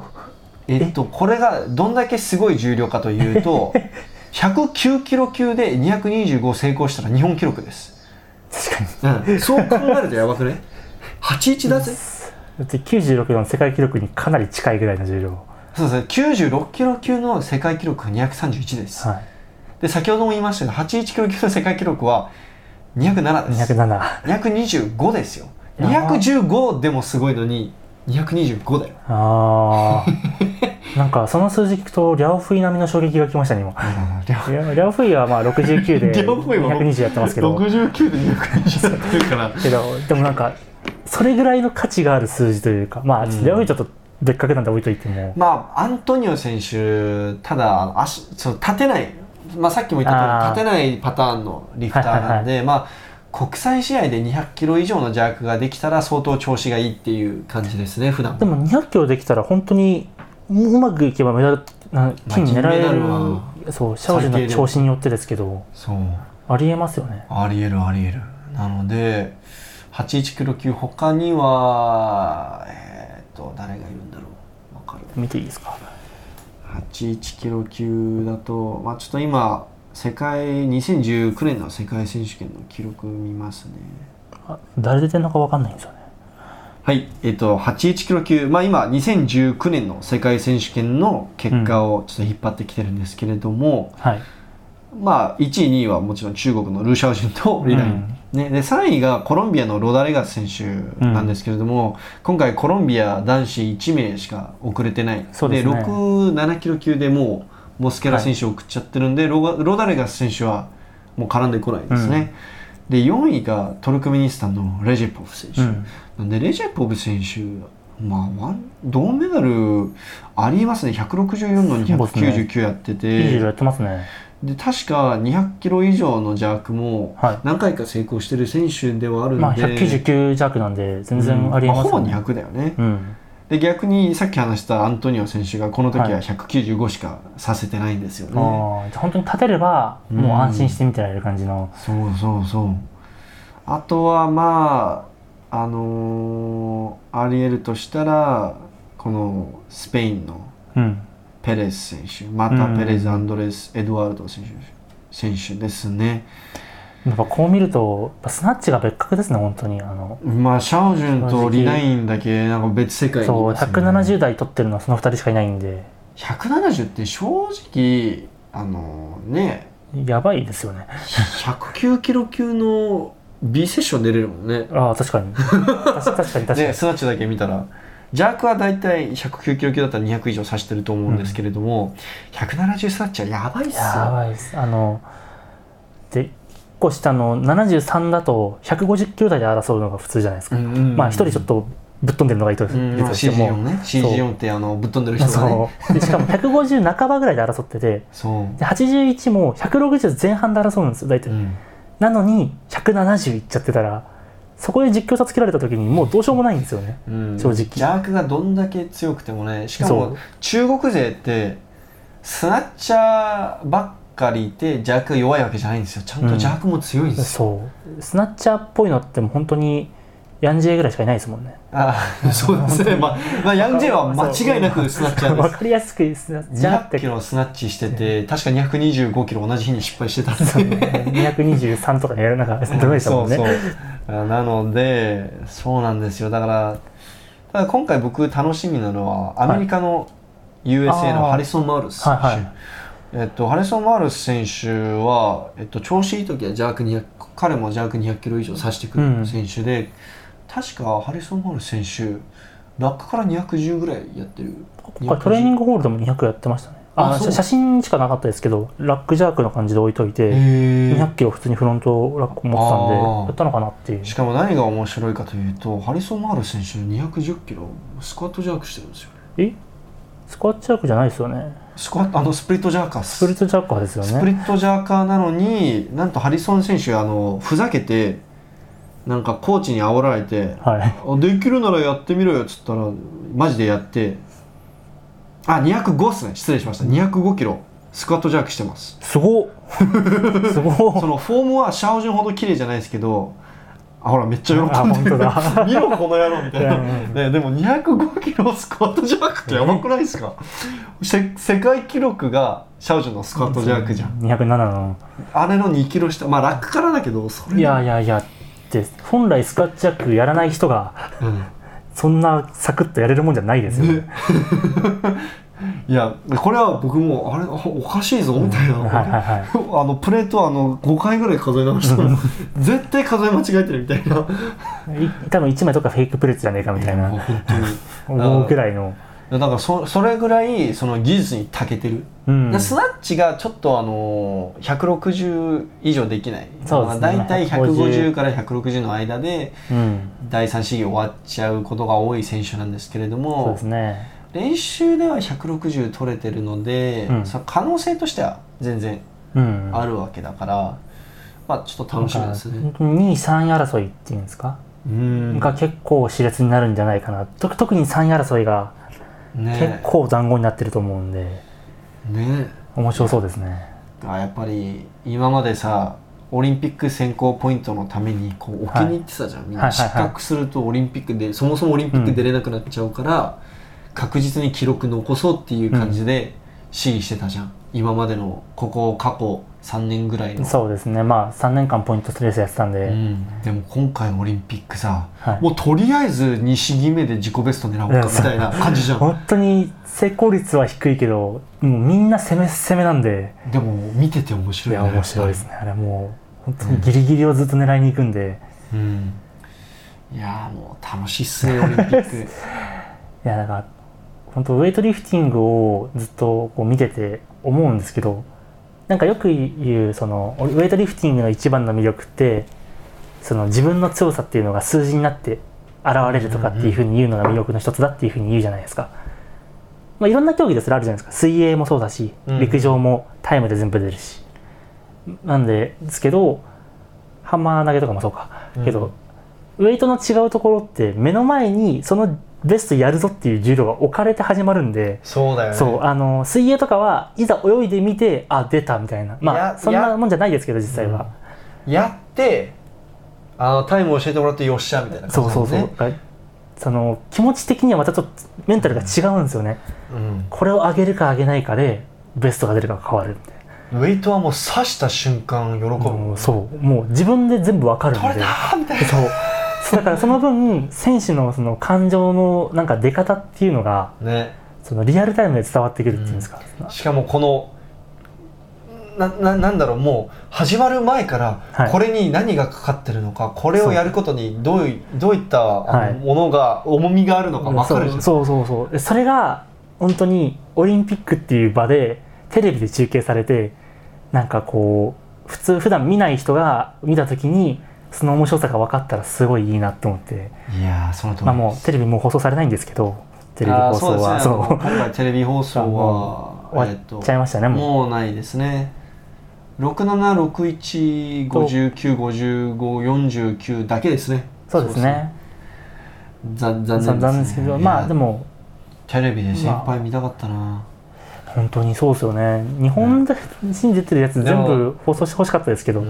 Speaker 1: えっとこれがどんだけすごい重量かという と109キロ級で225成功したら日本記録です、
Speaker 2: 確かに
Speaker 1: うん、そう考えるとやばくね81だぜ
Speaker 2: だって96の世界記録にかなり近いぐらいの重量
Speaker 1: そうですね、96キロ級の世界記録が231です、
Speaker 2: は
Speaker 1: で先ほども言いましたが81キロ級の世界記録は207
Speaker 2: い
Speaker 1: です
Speaker 2: 207
Speaker 1: 225ですよ
Speaker 2: やば
Speaker 1: 215でもすごいのに225だよ
Speaker 2: あ あなんかその数字聞くとリャオフイ並みの衝撃が来ましたね今いやリャオフイはまあ69 で
Speaker 1: 両方今
Speaker 2: 120やってますけ ど
Speaker 1: 69で220やってるから
Speaker 2: けどでもなんかそれぐらいの価値がある数字というかまあ、
Speaker 1: ん
Speaker 2: リャオフイちょっと別格なんで置いといても
Speaker 1: まあアントニオ選手ただあの足そう立てない、まあ、さっきも言った通り
Speaker 2: あー
Speaker 1: 立てないパターンのリフターなんで、まあ国際試合で200キロ以上のジャークができたら相当調子がいいっていう感じですね普段
Speaker 2: でも200キロできたら本当にうんうまくいけばメダルな
Speaker 1: まあ
Speaker 2: 金狙
Speaker 1: 金メダ
Speaker 2: え
Speaker 1: ルは
Speaker 2: るそうシャオジ
Speaker 1: 最低
Speaker 2: の
Speaker 1: で
Speaker 2: 調子によってですけど
Speaker 1: そう
Speaker 2: ありえますよね
Speaker 1: ありえるありえるなので81キロ級他にはえー、っと誰がいるんだろうわかる
Speaker 2: 見ていいですか
Speaker 1: 81キロ級だと、まあ、ちょっと今世界2019年の世界選手権の記録見ますね
Speaker 2: あ誰出てるのかわかんないんですよね
Speaker 1: はいえっと81キロ級、まあ、今2019年の世界選手権の結果をちょっと引っ張ってきてるんですけれども、
Speaker 2: はい
Speaker 1: まあ1位2位はもちろん中国のルー・シャオジュンとリライン、ね、で3位がコロンビアのロダレガス選手なんですけれども、今回コロンビア男子1名しか遅れてない
Speaker 2: そうですね
Speaker 1: 67キロ級でもうモスケラ選手を送っちゃってるんで、ロガロダレガス選手はもう絡んでこないですね、で4位がトルクメニスタンのレジェポフ選手、
Speaker 2: うん
Speaker 1: なんでレジェポフ選手まあワン、銅メダルありますね164の299やってて、
Speaker 2: いい色やってますね
Speaker 1: で確か200キロ以上のジャークも
Speaker 2: はい
Speaker 1: 何回か成功してる選手ではあるんで、
Speaker 2: まあ199弱なんで全然ありえます
Speaker 1: う
Speaker 2: よ
Speaker 1: ん
Speaker 2: ね
Speaker 1: あほぼ200だよね、
Speaker 2: うん
Speaker 1: で逆にさっき話したアントニオ選手がこの時
Speaker 2: は
Speaker 1: はい195しかさせてないんですよね、
Speaker 2: ああじゃあ本当に立てればもう安心して見てられる感じの
Speaker 1: そうそうそうあとはまああのーありえるとしたらこのスペインの
Speaker 2: うん
Speaker 1: ペレス選手またペレス・アンドレス・エドワルド選手選手ですね、
Speaker 2: やっぱこう見るとやっぱスナッチが別格ですね本当にあの
Speaker 1: まあシャオジュンとリナインだけなんか別世界にい
Speaker 2: そう
Speaker 1: ますよね
Speaker 2: 170台取ってるのはその2人しかいないんで
Speaker 1: 170って正直あのね
Speaker 2: やばいですよね
Speaker 1: 109キロ級の B セッション出れるもんね
Speaker 2: ああ確かに確確かに確かに、
Speaker 1: ねスナッチだけ見たらジャークは大体109キロ級だったら200以上指してると思うんですけれども、170スナッチはやばいっす
Speaker 2: や
Speaker 1: よ
Speaker 2: ばいですあので1個下の73だと150キロ台で争うのが普通じゃないですか、
Speaker 1: うんうんうん
Speaker 2: まあ1人ちょっとぶっ飛んでるのがいいと
Speaker 1: うんまあ
Speaker 2: 別としても、
Speaker 1: CG4 ね CG4 ってあのぶっ飛んでる人がね
Speaker 2: そうでしかも150半ばぐらいで争ってて
Speaker 1: そう
Speaker 2: で81も160前半で争うんですよ大体、
Speaker 1: うん
Speaker 2: なのに170いっちゃってたらそこで実況差つけられた時にもうどうしようもないんですよね
Speaker 1: うん
Speaker 2: 正直
Speaker 1: ジャークがどんだけ強くてもねしか
Speaker 2: そ
Speaker 1: も
Speaker 2: う
Speaker 1: 中国勢ってスナッチャーばっかりいてジャークが弱いわけじゃないんですよちゃん
Speaker 2: う
Speaker 1: と
Speaker 2: ん
Speaker 1: ジャークも強いんですよ、
Speaker 2: そうスナッチャーっぽいのってもう本当にヤンジェぐらいしかいないですもんね
Speaker 1: ああそうですね、まあ、 まあヤンジェは間違いなくスナッチャー
Speaker 2: わ
Speaker 1: です
Speaker 2: かりやすくスナッチャーっ
Speaker 1: 200
Speaker 2: て
Speaker 1: キロスナッチしてて確か225キロ同じ日に失敗してたんです
Speaker 2: そう223とかやるなんかダメでしたもんね
Speaker 1: そうそうなのでそうなんですよだからただ今回僕楽しみなのはアメリカの USA
Speaker 2: あ
Speaker 1: の
Speaker 2: ー
Speaker 1: ハリソン・マウルス選手、
Speaker 2: はいはい
Speaker 1: えっと、ハリソン・マウルス選手は、えっと、調子いい時はジャーク200彼もジャーク200キロ以上指してく
Speaker 2: う
Speaker 1: る
Speaker 2: ん
Speaker 1: 選手で、確かハリソン・マウルス選手落下から210ぐらいやってる
Speaker 2: 今回トレーニングホールでも200やってましたね
Speaker 1: あ
Speaker 2: あ
Speaker 1: そう
Speaker 2: 写写真しかなかったですけどラックジャークの感じで置いとい
Speaker 1: へ
Speaker 2: て
Speaker 1: ー
Speaker 2: 200キロ普通にフロントラック持
Speaker 1: あ
Speaker 2: ってたん
Speaker 1: ー
Speaker 2: でやったのかなっていう
Speaker 1: しかも何が面白いかというとハリソン・マウルス選手210キロスクワットジャークしてるんですよ
Speaker 2: えスクワットジャークじゃないですよね
Speaker 1: スクワットあのスプリットジャーカー
Speaker 2: スプリットジャーカーですよ
Speaker 1: スプリ
Speaker 2: ね
Speaker 1: ットジャーカーなのになんとハリソン選手あのふざけてなんかコーチに煽られて
Speaker 2: はい
Speaker 1: あできるならやってみろよっつったらマジでやってあ205っすね失礼しました205キロスクワットジャークしてます
Speaker 2: すごっすごっ
Speaker 1: そのフォームはシャオジュンほど綺麗じゃないですけどあほらめっちゃ喜
Speaker 2: あ
Speaker 1: んで
Speaker 2: 本当
Speaker 1: る
Speaker 2: だ
Speaker 1: 見ろこの野郎みたい
Speaker 2: うんうん
Speaker 1: な、ね、でも205キロスクワットジャークってやばくないですかせ世界記録がシャオジュンのスクワットジャークじゃん
Speaker 2: 207の
Speaker 1: あれの2キロ下まあラックからだけどそれ
Speaker 2: いやいやいやって本来スクワットジャークやらない人が
Speaker 1: うん
Speaker 2: そんなサクッとやれるもんじゃないですよね
Speaker 1: ねいやこれは僕もあれおおかしいぞみたいな、
Speaker 2: はいはいはい
Speaker 1: あのプレートあの5回ぐらい数え直したの絶対数え間違えてるみた いない
Speaker 2: 多分1枚とかフェイクプレスじゃねえかみたい
Speaker 1: もう
Speaker 2: な
Speaker 1: 本当に
Speaker 2: 思うくらいの、
Speaker 1: だからそそれぐらいその技術に長けてる、
Speaker 2: うん、
Speaker 1: でスナッチがちょっとあのー160以上できない
Speaker 2: そうですね
Speaker 1: まあ、大体150
Speaker 2: 150
Speaker 1: から160の間で
Speaker 2: うん、
Speaker 1: 第3試技終わっちゃうことが多い選手なんですけれども
Speaker 2: そうですね
Speaker 1: 練習では160取れてるので、
Speaker 2: うん
Speaker 1: その可能性としては全然
Speaker 2: うん
Speaker 1: あるわけだから、まあちょっと楽しみですね。
Speaker 2: 2位、3位争いっていうんですか、
Speaker 1: うん
Speaker 2: が結構熾烈になるんじゃないかな、と特に3位争いが結
Speaker 1: ね
Speaker 2: 構団子になってると思うんで、
Speaker 1: ね
Speaker 2: 面白そうですね。
Speaker 1: あやっぱり今までさオリンピック選考ポイントのためにこう置きに行ってたじゃん、みんな
Speaker 2: は
Speaker 1: い
Speaker 2: はい
Speaker 1: 失
Speaker 2: はい
Speaker 1: 格するとオリンピックでそもそもオリンピック出れなくなっちゃうから、確実に記録残そうっていう感じで試技してたじゃん、今までのここ過去3年ぐらいの、
Speaker 2: そうですね、まあ3年間ポイントスレースやってたんで、
Speaker 1: うんでも今回のオリンピックさ、
Speaker 2: はい
Speaker 1: もうとりあえず2試技目で自己ベスト狙おうかみたいな感じじゃん
Speaker 2: 本当に成功率は低いけど、もうみんな攻め攻めなんで、
Speaker 1: でも見てて面
Speaker 2: い
Speaker 1: 白い
Speaker 2: や、
Speaker 1: ね
Speaker 2: 面白いですね、あれもう、本当にギリギリをずっと狙いに行くんで、
Speaker 1: うんいやーもう楽しいっすねオリンピック
Speaker 2: いや、なんか、本当、ウェイトリフティングをずっとこう見てて思うんですけど、なんかよく言う、その、ウェイトリフティングの一番の魅力って、その自分の強さっていうのが数字になって現れるとかっていうふうに言うのが魅力の一つだっていうふうに言うじゃないですか。まあ、いろんな競技でそれあるじゃないですか。水泳もそうだし、
Speaker 1: うん
Speaker 2: 陸上もタイムで全部出るし。なんで、ですけど、ハンマー投げとかもそうか。 けど、ウェイトの違うところって目の前にそのベストやるぞっていう重量が置かれて始まるんで、
Speaker 1: そうだよね
Speaker 2: そうあの水泳とかはいざ泳いでみてあ出たみたいないま
Speaker 1: や
Speaker 2: あそん
Speaker 1: い
Speaker 2: な
Speaker 1: や
Speaker 2: もんじゃないですけど実際は、
Speaker 1: やってあのタイム教えてもらってよっしゃみたいな
Speaker 2: そ
Speaker 1: 感
Speaker 2: う
Speaker 1: じ
Speaker 2: そうそう、
Speaker 1: だもんね
Speaker 2: あその気持ち的にはまたちょっとメンタルが違うんですよね、これを上げるか上げないかでベストが出るかが変わるみたい
Speaker 1: うん、ウェイトはもう刺した瞬間喜ぶ、
Speaker 2: な、もうそうもう自分で全部わかるんで
Speaker 1: 取れたーみたいな
Speaker 2: そうだからその分選手のその感情のなんか出方っていうのが
Speaker 1: ね
Speaker 2: そのリアルタイムで伝わってくるっていうんですか、
Speaker 1: しかもこのなななんだろうもう始まる前か
Speaker 2: は
Speaker 1: ら
Speaker 2: い
Speaker 1: これに何がかかってるのか、これをやることにどういどういったあの
Speaker 2: はい
Speaker 1: ものが重みがあるのか分かるじゃん
Speaker 2: そうそうそうそうでそれが本当にオリンピックっていう場でテレビで中継されてなんかこう普通普段見ない人が見た時にその面白さが分かったらすごいいいなと思って、
Speaker 1: いやーその通り
Speaker 2: まあもうテレビもう放送されないんですけどテレビ
Speaker 1: あー
Speaker 2: 放送
Speaker 1: そう
Speaker 2: は
Speaker 1: ですねあの
Speaker 2: そ
Speaker 1: 今
Speaker 2: う
Speaker 1: 回テレビ放送 は
Speaker 2: 終
Speaker 1: えっ
Speaker 2: わ
Speaker 1: と
Speaker 2: っちゃいましたねもう
Speaker 1: もうないですね。六七六一五十九五十五四十九だけですね。
Speaker 2: そうです。ね
Speaker 1: 残
Speaker 2: そ
Speaker 1: 残
Speaker 2: う
Speaker 1: 念
Speaker 2: 残念ですけどまあで
Speaker 1: も
Speaker 2: も
Speaker 1: テレビで先輩見たかったな。
Speaker 2: 本当にそうですよね日本で信じてるやつ
Speaker 1: で
Speaker 2: 全
Speaker 1: も
Speaker 2: 部放送してほしかったですけど、
Speaker 1: うん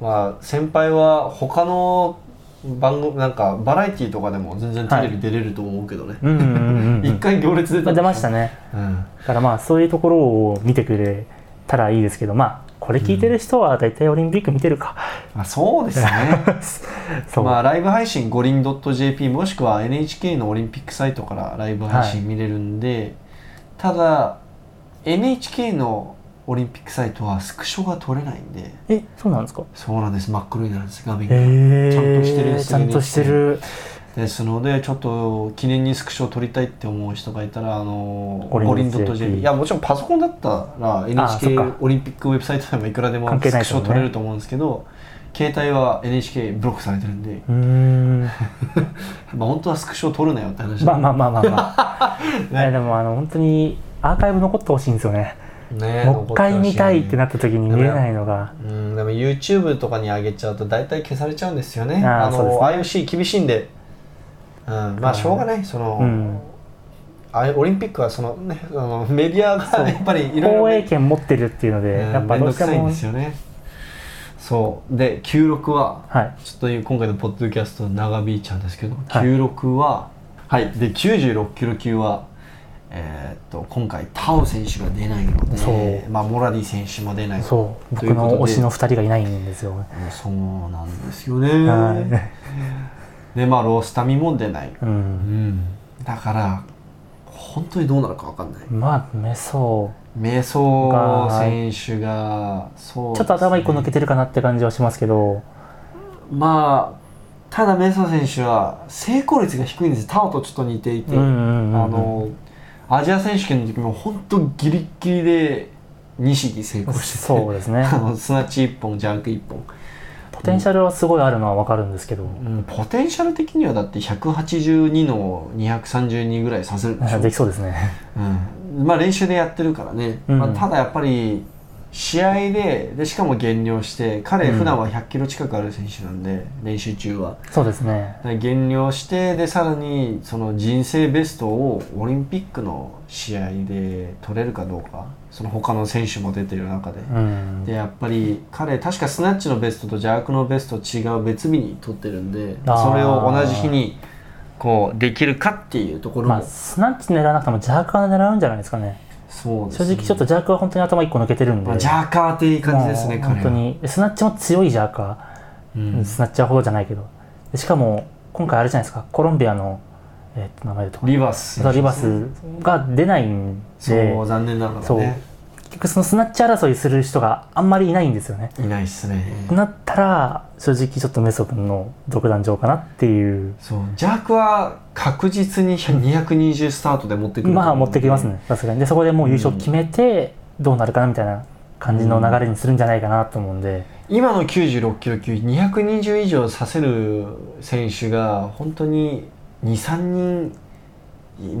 Speaker 1: まあ先輩は他の番組なんかバラエティーとかでも全然テレビ出れると思うけどね。
Speaker 2: うんうんうん、う
Speaker 1: 一
Speaker 2: ん、
Speaker 1: 回行列出
Speaker 2: ま
Speaker 1: た
Speaker 2: あ
Speaker 1: で
Speaker 2: 出
Speaker 1: ょ
Speaker 2: ました。ね
Speaker 1: うん
Speaker 2: だからまあそういうところを見てくれたらいいですけどまあこれ聞いてる人は大体オリンピック見てるか、
Speaker 1: まあそうですね。
Speaker 2: そう、
Speaker 1: まあ、ライブ配信五輪 .jp もしくは NHK のオリンピックサイトからライブ配信見れるんで、ただ NHK のオリンピックサイトはスクショが取れないんで
Speaker 2: えそうなんですか
Speaker 1: そうなんです真っ黒になるんです画面
Speaker 2: へ
Speaker 1: が、
Speaker 2: え
Speaker 1: ちゃんとしてるやつ
Speaker 2: ちゃんとしてる
Speaker 1: ですのでちょっと記念にスクショを取りたいって思う人がいたらあの
Speaker 2: 五輪
Speaker 1: 五輪
Speaker 2: .jp
Speaker 1: .jp いやもちろんパソコンだったら
Speaker 2: そっ
Speaker 1: NHK
Speaker 2: か
Speaker 1: オリンピックウェブサイトでもいくらでも
Speaker 2: 関係
Speaker 1: ス
Speaker 2: ない
Speaker 1: ク
Speaker 2: です
Speaker 1: シ
Speaker 2: も
Speaker 1: ョ
Speaker 2: んね
Speaker 1: 取れると思うんですけど携帯は NHK ブロックされてるんで、
Speaker 2: うーん
Speaker 1: まあ本当はスクショ取るなよって話
Speaker 2: ま
Speaker 1: だ
Speaker 2: あまあまあまあまあ、
Speaker 1: ね
Speaker 2: ね、でもあの本当にアーカイブ残ってほしいんですよね
Speaker 1: ね
Speaker 2: もう一回見たいってなった時に見れないのが
Speaker 1: うんでも YouTube とかに上げちゃうと大体消されちゃうんですよね
Speaker 2: あー
Speaker 1: あ
Speaker 2: そうです
Speaker 1: の IOC 厳しいんで、うん、まあしょうがないその、
Speaker 2: うん
Speaker 1: あオリンピックはその、ね、あのメディアがやっぱりいろ
Speaker 2: 放
Speaker 1: い
Speaker 2: 映
Speaker 1: ろ
Speaker 2: 権持ってるっていうので、やっぱどうして
Speaker 1: いん
Speaker 2: も
Speaker 1: ですよねそうで96は
Speaker 2: はい
Speaker 1: ちょっと今回のポッドキャスト長引いちゃうんですけど、
Speaker 2: はい
Speaker 1: 96ははいで96キロ級はえーっと今回タオ選手が出ないの
Speaker 2: そ
Speaker 1: で、まあ、モラディ選手も出ない
Speaker 2: そう
Speaker 1: と
Speaker 2: 僕
Speaker 1: いうことで
Speaker 2: の推しの2人がいないんですよ、
Speaker 1: そうなんですよ
Speaker 2: は
Speaker 1: ね。でまあロースタミも出ない。
Speaker 2: い、うん
Speaker 1: うん、だから本当にどうなるかわかんない。
Speaker 2: まあメソ
Speaker 1: 瞑想選手がそう
Speaker 2: ちょっと頭一個抜け
Speaker 1: て
Speaker 2: てるかなって感じはしますけど
Speaker 1: まあただ瞑想選手は成功率が低いんですタオとちょっと似ていて、
Speaker 2: うんうんうんうん
Speaker 1: あのアジア選手権の時も本当ギリギリで錦成功してて
Speaker 2: そうです ね
Speaker 1: あのスナッチ1本ジャンク1本、
Speaker 2: ポテンシャルはすごいあるのはわかるんですけど、
Speaker 1: うん、ポテンシャル的にはだって182の232ぐらいさせるんでしょ、
Speaker 2: できそうですね
Speaker 1: うんまあ練習でやってるからね、
Speaker 2: うん
Speaker 1: まあ、ただやっぱり試合ででしかも減量して彼普段は100キロ近くある選手なんで、練習中は
Speaker 2: そうですね
Speaker 1: だから減量してでさらにその人生ベストをオリンピックの試合で取れるかどうかその他の選手も出てる中で、
Speaker 2: うん
Speaker 1: でやっぱり彼確かスナッチのベストと邪悪のベスト違う別日に取ってるんで
Speaker 2: あー
Speaker 1: それを同じ日にこうできるかっていうところも、
Speaker 2: まあスナッチ狙わなくても邪悪は狙うんじゃないですかね
Speaker 1: そうです
Speaker 2: 正直ちょっと邪悪は本当に頭一個抜けてるんで
Speaker 1: まあ、ジャーカーっていい感じですね
Speaker 2: もう
Speaker 1: 彼は
Speaker 2: 本当にスナッチも強い邪悪は
Speaker 1: うん
Speaker 2: スナッチャーほどじゃないけどでしかも今回あれじゃないですかコロンビアの、えっと名前でと
Speaker 1: リバース選手
Speaker 2: リバスが出ないんで
Speaker 1: そう残念ながら
Speaker 2: そう
Speaker 1: ね
Speaker 2: 結局そのスナッチ争いする人があんまりいないんですよね。
Speaker 1: いないっすね
Speaker 2: となったら正直ちょっとメソ君の独壇場かなっていう
Speaker 1: そうジャークは確実に100 220スタートで持ってくると思うんで
Speaker 2: まあ持ってきますねさすがにでそこでもう優勝決めてどうなるかなみたいな感じの流れにするんじゃないかなと思うんで、
Speaker 1: 今の96キロ級220以上させる選手が本当に23人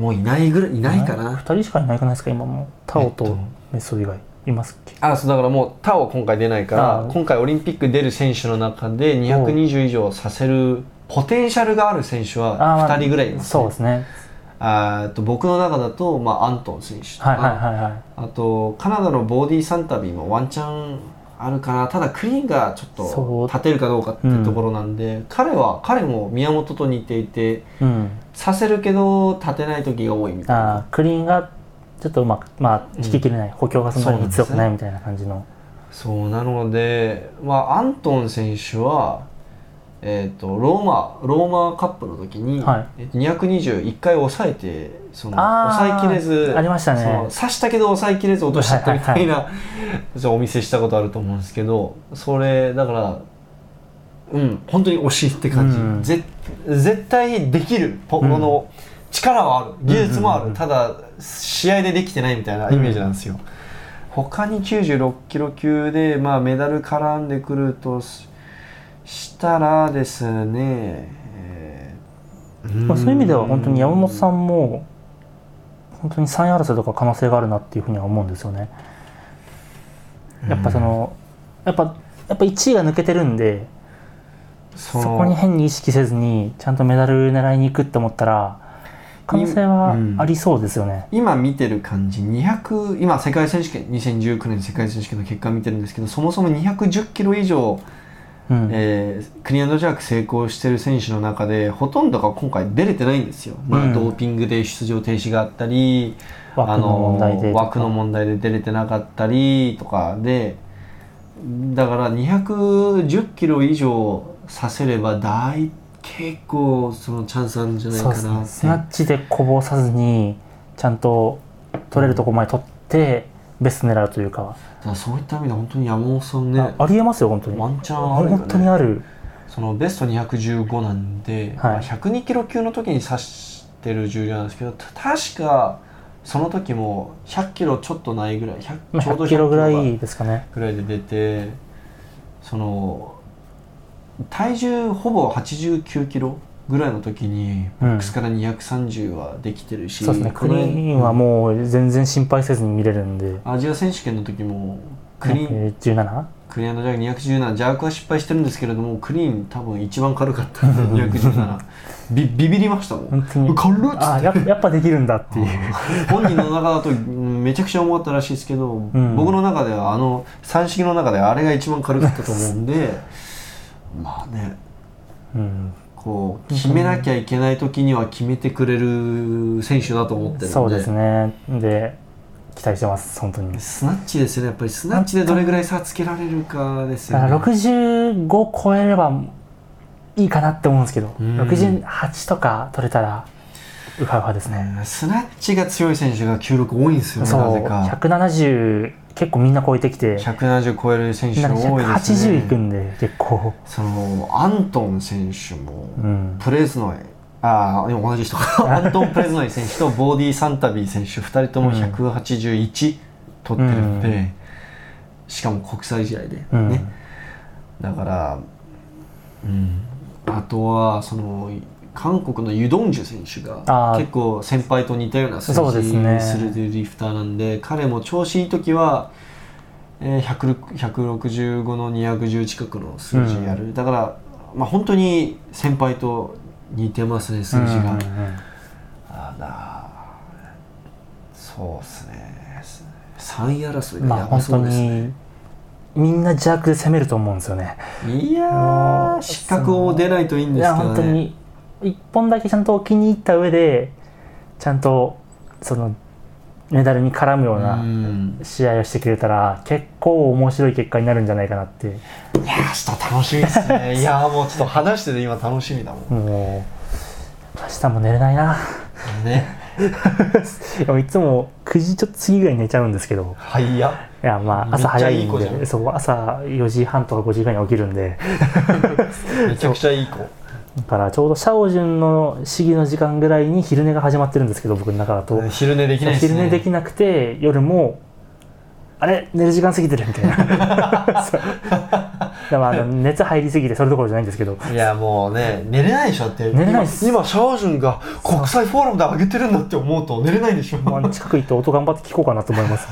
Speaker 1: もういないぐらいいないかな、
Speaker 2: 2人しかいないくないですか今もうタオ
Speaker 1: えっ
Speaker 2: と
Speaker 1: と
Speaker 2: メソ以外いますっけ、
Speaker 1: あそうだからもう他を今回出ないか
Speaker 2: あ
Speaker 1: ら
Speaker 2: あ
Speaker 1: 今回オリンピック出る選手の中で220以上させるポテンシャルがある選手は
Speaker 2: あーまあ
Speaker 1: 2人ぐらいいます、
Speaker 2: そう
Speaker 1: ね
Speaker 2: ですね
Speaker 1: あーえっと僕の中だと、まあ、アントン選手とか、
Speaker 2: はいはいはいはい
Speaker 1: あとカナダのボディサンタビーもワンチャンあるかなただクリーンがちょっ
Speaker 2: そう
Speaker 1: と立てるかどうかっていうところなんで、彼は彼も宮本と似ていて
Speaker 2: うん
Speaker 1: させるけど立てない時が多いみたい
Speaker 2: ああ
Speaker 1: な
Speaker 2: クリーンがちょっとうまくまあ引ききれない、補強がそんなに強くないみたいな感じの
Speaker 1: そうなので、まあ、アントン選手は、えー、とローマローマカップの時に、
Speaker 2: はい
Speaker 1: えっと221回抑えてその
Speaker 2: あー
Speaker 1: 抑えきれず
Speaker 2: ありましたね
Speaker 1: そう刺したけど抑えきれず落としちゃったみたいな、 じゃあお見せしたことあると思うんですけどそれだからうん本当に惜しいって感じ、
Speaker 2: うん
Speaker 1: ぜ絶対できるポ、
Speaker 2: うん
Speaker 1: この力はある技術もある、
Speaker 2: うんうんうん
Speaker 1: ただ試合でできてないみたいなイメージなんですよ、他に96キロ級で、まあ、メダル絡んでくるとししたらですね、えー
Speaker 2: まあ、そういう意味では本当に山本さんも本当に3位争いとか可能性があるなっていうふうには思うんですよね。やっぱそのやっぱやっぱ1位が抜けてるんで
Speaker 1: そ
Speaker 2: そ
Speaker 1: の
Speaker 2: こに変に意識せずにちゃんとメダル狙いに行くって思ったら可能性はありそうですよね。
Speaker 1: 今見てる感じ200今世界選手権2019年世界選手権の結果見てるんですけどそもそも210キロ以上、
Speaker 2: うん
Speaker 1: えークリアンドジャーク成功してる選手の中でほとんどが今回出れてないんですよ、まあ
Speaker 2: うん
Speaker 1: ドーピングで出場停止があったり
Speaker 2: 枠の問題
Speaker 1: あ
Speaker 2: で
Speaker 1: の
Speaker 2: とか
Speaker 1: 枠の問題で出れてなかったりとかでだから210キロ以上させれば大結構そのチャンスあるんじゃない
Speaker 2: そう
Speaker 1: か
Speaker 2: です
Speaker 1: な
Speaker 2: ね
Speaker 1: っ
Speaker 2: ス
Speaker 1: て
Speaker 2: ナッチでこぼさずにちゃんと取れるとこまで取ってベスト狙うというか、
Speaker 1: だからそういった意味で本当に山本さんね
Speaker 2: あありえますよ本当に
Speaker 1: ワンチャンあるよ
Speaker 2: 本当に
Speaker 1: ね
Speaker 2: ある
Speaker 1: そのベスト215なんで、
Speaker 2: はい
Speaker 1: まあ102キロ級の時に指してる重量なんですけどた確かその時も100キロちょっとないぐらい100
Speaker 2: まあ
Speaker 1: ちょうど
Speaker 2: 100キロぐら
Speaker 1: 100
Speaker 2: いですかね
Speaker 1: ぐらいで出てその体重ほぼ89キロぐらいの時に
Speaker 2: う
Speaker 1: ボ
Speaker 2: ん
Speaker 1: ックスから230はできてるし、
Speaker 2: そうですね
Speaker 1: こ
Speaker 2: クリ
Speaker 1: の
Speaker 2: ーンはもう全然心配せずに見れるんで
Speaker 1: アジア選手権の時もクリーン、
Speaker 2: 17
Speaker 1: クリアのジャーク217ジャークは失敗してるんですけれどもクリーン多分一番軽かったんで217ビビビりましたもん
Speaker 2: 本当に
Speaker 1: 軽っつ
Speaker 2: あ
Speaker 1: っ
Speaker 2: あ
Speaker 1: て
Speaker 2: ややっぱできるんだっていう
Speaker 1: 本人の中だとうんめちゃくちゃ重かったらしいですけど、
Speaker 2: ん
Speaker 1: 僕の中ではあの三式の中であれが一番軽かったと思うんでまあね
Speaker 2: うん
Speaker 1: こう決めなきゃいけない時には決めてくれる選手だと思ってるんで
Speaker 2: そうですねで期待してます本当に
Speaker 1: スナッチですよねやっぱりスナッチでどれぐらい差つけられるかですよ
Speaker 2: だ
Speaker 1: ね
Speaker 2: から65超えればいいかなって思うんですけど
Speaker 1: うん
Speaker 2: 68とか取れたらうはうはですね
Speaker 1: ねスナッチが強い選手が96多いんですよね、
Speaker 2: そう
Speaker 1: なぜか。
Speaker 2: 170結構みんな超えてきて
Speaker 1: 170超える選
Speaker 2: み
Speaker 1: 手
Speaker 2: んな
Speaker 1: が多いです
Speaker 2: 180いく
Speaker 1: ね。
Speaker 2: んで結構
Speaker 1: そのアントン選手も、
Speaker 2: うん
Speaker 1: プレズノイ、ああ、でも同じ人 か、アントン・プレズノイ選手とボーディー・サンタビー選手、2人とも181取ってるんで、
Speaker 2: う
Speaker 1: しかも国際試合でね。
Speaker 2: うん
Speaker 1: だから、うん、あとはその韓国のユ・ドンジュ選手
Speaker 2: あ
Speaker 1: が
Speaker 2: ー
Speaker 1: 結構先輩と似たような数
Speaker 2: そうですね
Speaker 1: 字するリフターなんで彼も調子いい時はえー100 165の210近くの数字やる、だから、まあ、本当に先輩と似てますね数字が、
Speaker 2: うんうんうん
Speaker 1: あらそうっすね3位争いが
Speaker 2: まあ
Speaker 1: やば
Speaker 2: 本
Speaker 1: そ
Speaker 2: 当
Speaker 1: うですね、
Speaker 2: にみんな邪悪で攻めると思うんですよね。
Speaker 1: いや
Speaker 2: も
Speaker 1: ー
Speaker 2: う
Speaker 1: 失格を出ないといいん
Speaker 2: い
Speaker 1: です
Speaker 2: や
Speaker 1: けど、ね、
Speaker 2: 本当に一本だけちゃんと気に入った上でちゃんとそのメダルに絡むよう
Speaker 1: う
Speaker 2: なん試合をしてくれたら結構面白い結果になるんじゃないかなって
Speaker 1: いやーちょっと楽しみです ねいやーもうちょっと話してて今楽しみだもん
Speaker 2: もう明日も寝れないな
Speaker 1: ね
Speaker 2: いやいつも9時ちょっと過ぎぐらいに寝ちゃうんですけど
Speaker 1: はいや
Speaker 2: いやまあ朝早いん
Speaker 1: めっちゃいい子じゃ
Speaker 2: で
Speaker 1: ん
Speaker 2: そう朝4時半とか5時ぐらいに起きるんで
Speaker 1: めちゃくちゃいい子
Speaker 2: だからちょうどシャオジュンの試技の時間ぐらいに昼寝が始まってるんですけど僕の中だと、
Speaker 1: 昼寝できないですね
Speaker 2: 昼寝できなくて夜もあれ寝る時間過ぎてるみたい なそうでもあの熱入りすぎてそれどころじゃないんですけど
Speaker 1: いやもうね寝れないでしょだって
Speaker 2: 寝れないっす
Speaker 1: 今今シャオジュンが国際フォーラムで上げてるんだって思うと寝れないでしょ
Speaker 2: もうあの近く行って音頑張って聞こうかなと思い ます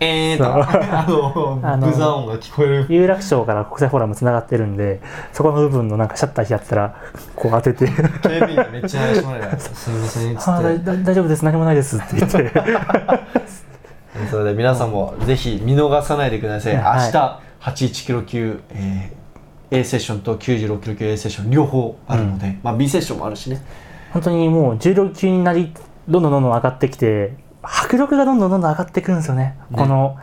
Speaker 1: えーとあの
Speaker 2: あの
Speaker 1: ブザー音が聞こえる
Speaker 2: 有楽町から国際フォーラムつながってるんでそこの部分のなんかシャッター開ったらこう当て て「
Speaker 1: 警備員がめっちゃ怪しまれ ないすいませんっつ
Speaker 2: あー
Speaker 1: っ
Speaker 2: だ大丈夫です何もないです」って言って
Speaker 1: てそれで皆さんもぜひ見逃さないでください明
Speaker 2: はい
Speaker 1: 日81キロ級えー A セッションと96キロ級 A セッション両方あるので、まあ B セッションもあるしね
Speaker 2: 本当にもう重量級になりどんどんどんどん上がってきて迫力がどんどんどんどん上がってくるんですよねこの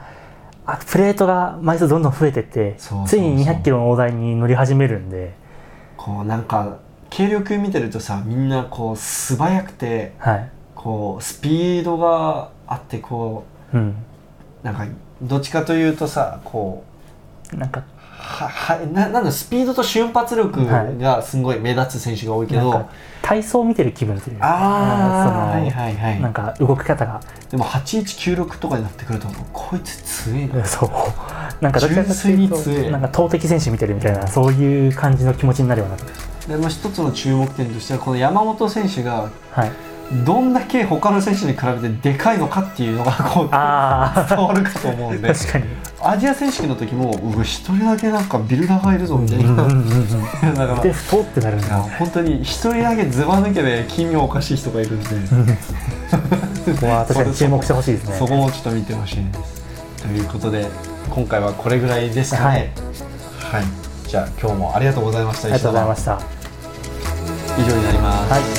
Speaker 2: あプレートが枚数どんどん増えてって
Speaker 1: そうそうそう
Speaker 2: ついに2 0 0キロの大台に乗り始めるんで、
Speaker 1: こうなんか軽量級見てるとさみんなこう素早くて
Speaker 2: はい
Speaker 1: こうスピードがあってこう
Speaker 2: うん、
Speaker 1: なんかどっちかというとさこ
Speaker 2: なんか
Speaker 1: うははななんだスピードと瞬発力
Speaker 2: はい
Speaker 1: がすごい目立つ選手が多いけど、
Speaker 2: なんか体操を見てる気分というか
Speaker 1: ああ
Speaker 2: そ
Speaker 1: は
Speaker 2: の
Speaker 1: いはいはい
Speaker 2: なんか動き方が
Speaker 1: でも8196とかになってくるとこいつ強えな
Speaker 2: そうなんかどちらかというと
Speaker 1: 純粋に強い
Speaker 2: なんか投擲選手見てるみたいなそういう感じの気持ちになるような
Speaker 1: でも一つの注目点としてはこの山本選手が
Speaker 2: はい
Speaker 1: どんだけ他の選手に比べてでかいのかっていうのがこう
Speaker 2: あ
Speaker 1: 伝わるかと思うん
Speaker 2: あ
Speaker 1: で
Speaker 2: 確かに
Speaker 1: アジア選手権の時もうわ一人だけなんかビルダーがいるぞみたい
Speaker 2: うんう
Speaker 1: な、
Speaker 2: んうんうん
Speaker 1: だから
Speaker 2: で太ってなるん
Speaker 1: いや
Speaker 2: だ
Speaker 1: 本当に一人だけずば抜けで奇妙おかしい人がいるんで、
Speaker 2: ここは確かに注目してほしいですね
Speaker 1: そこもちょっと見てほしいです。ということで今回はこれぐらいですかね。はい。じゃあ今日もありがとうございました。
Speaker 2: ありがとうございました。
Speaker 1: 以上になります。
Speaker 2: はい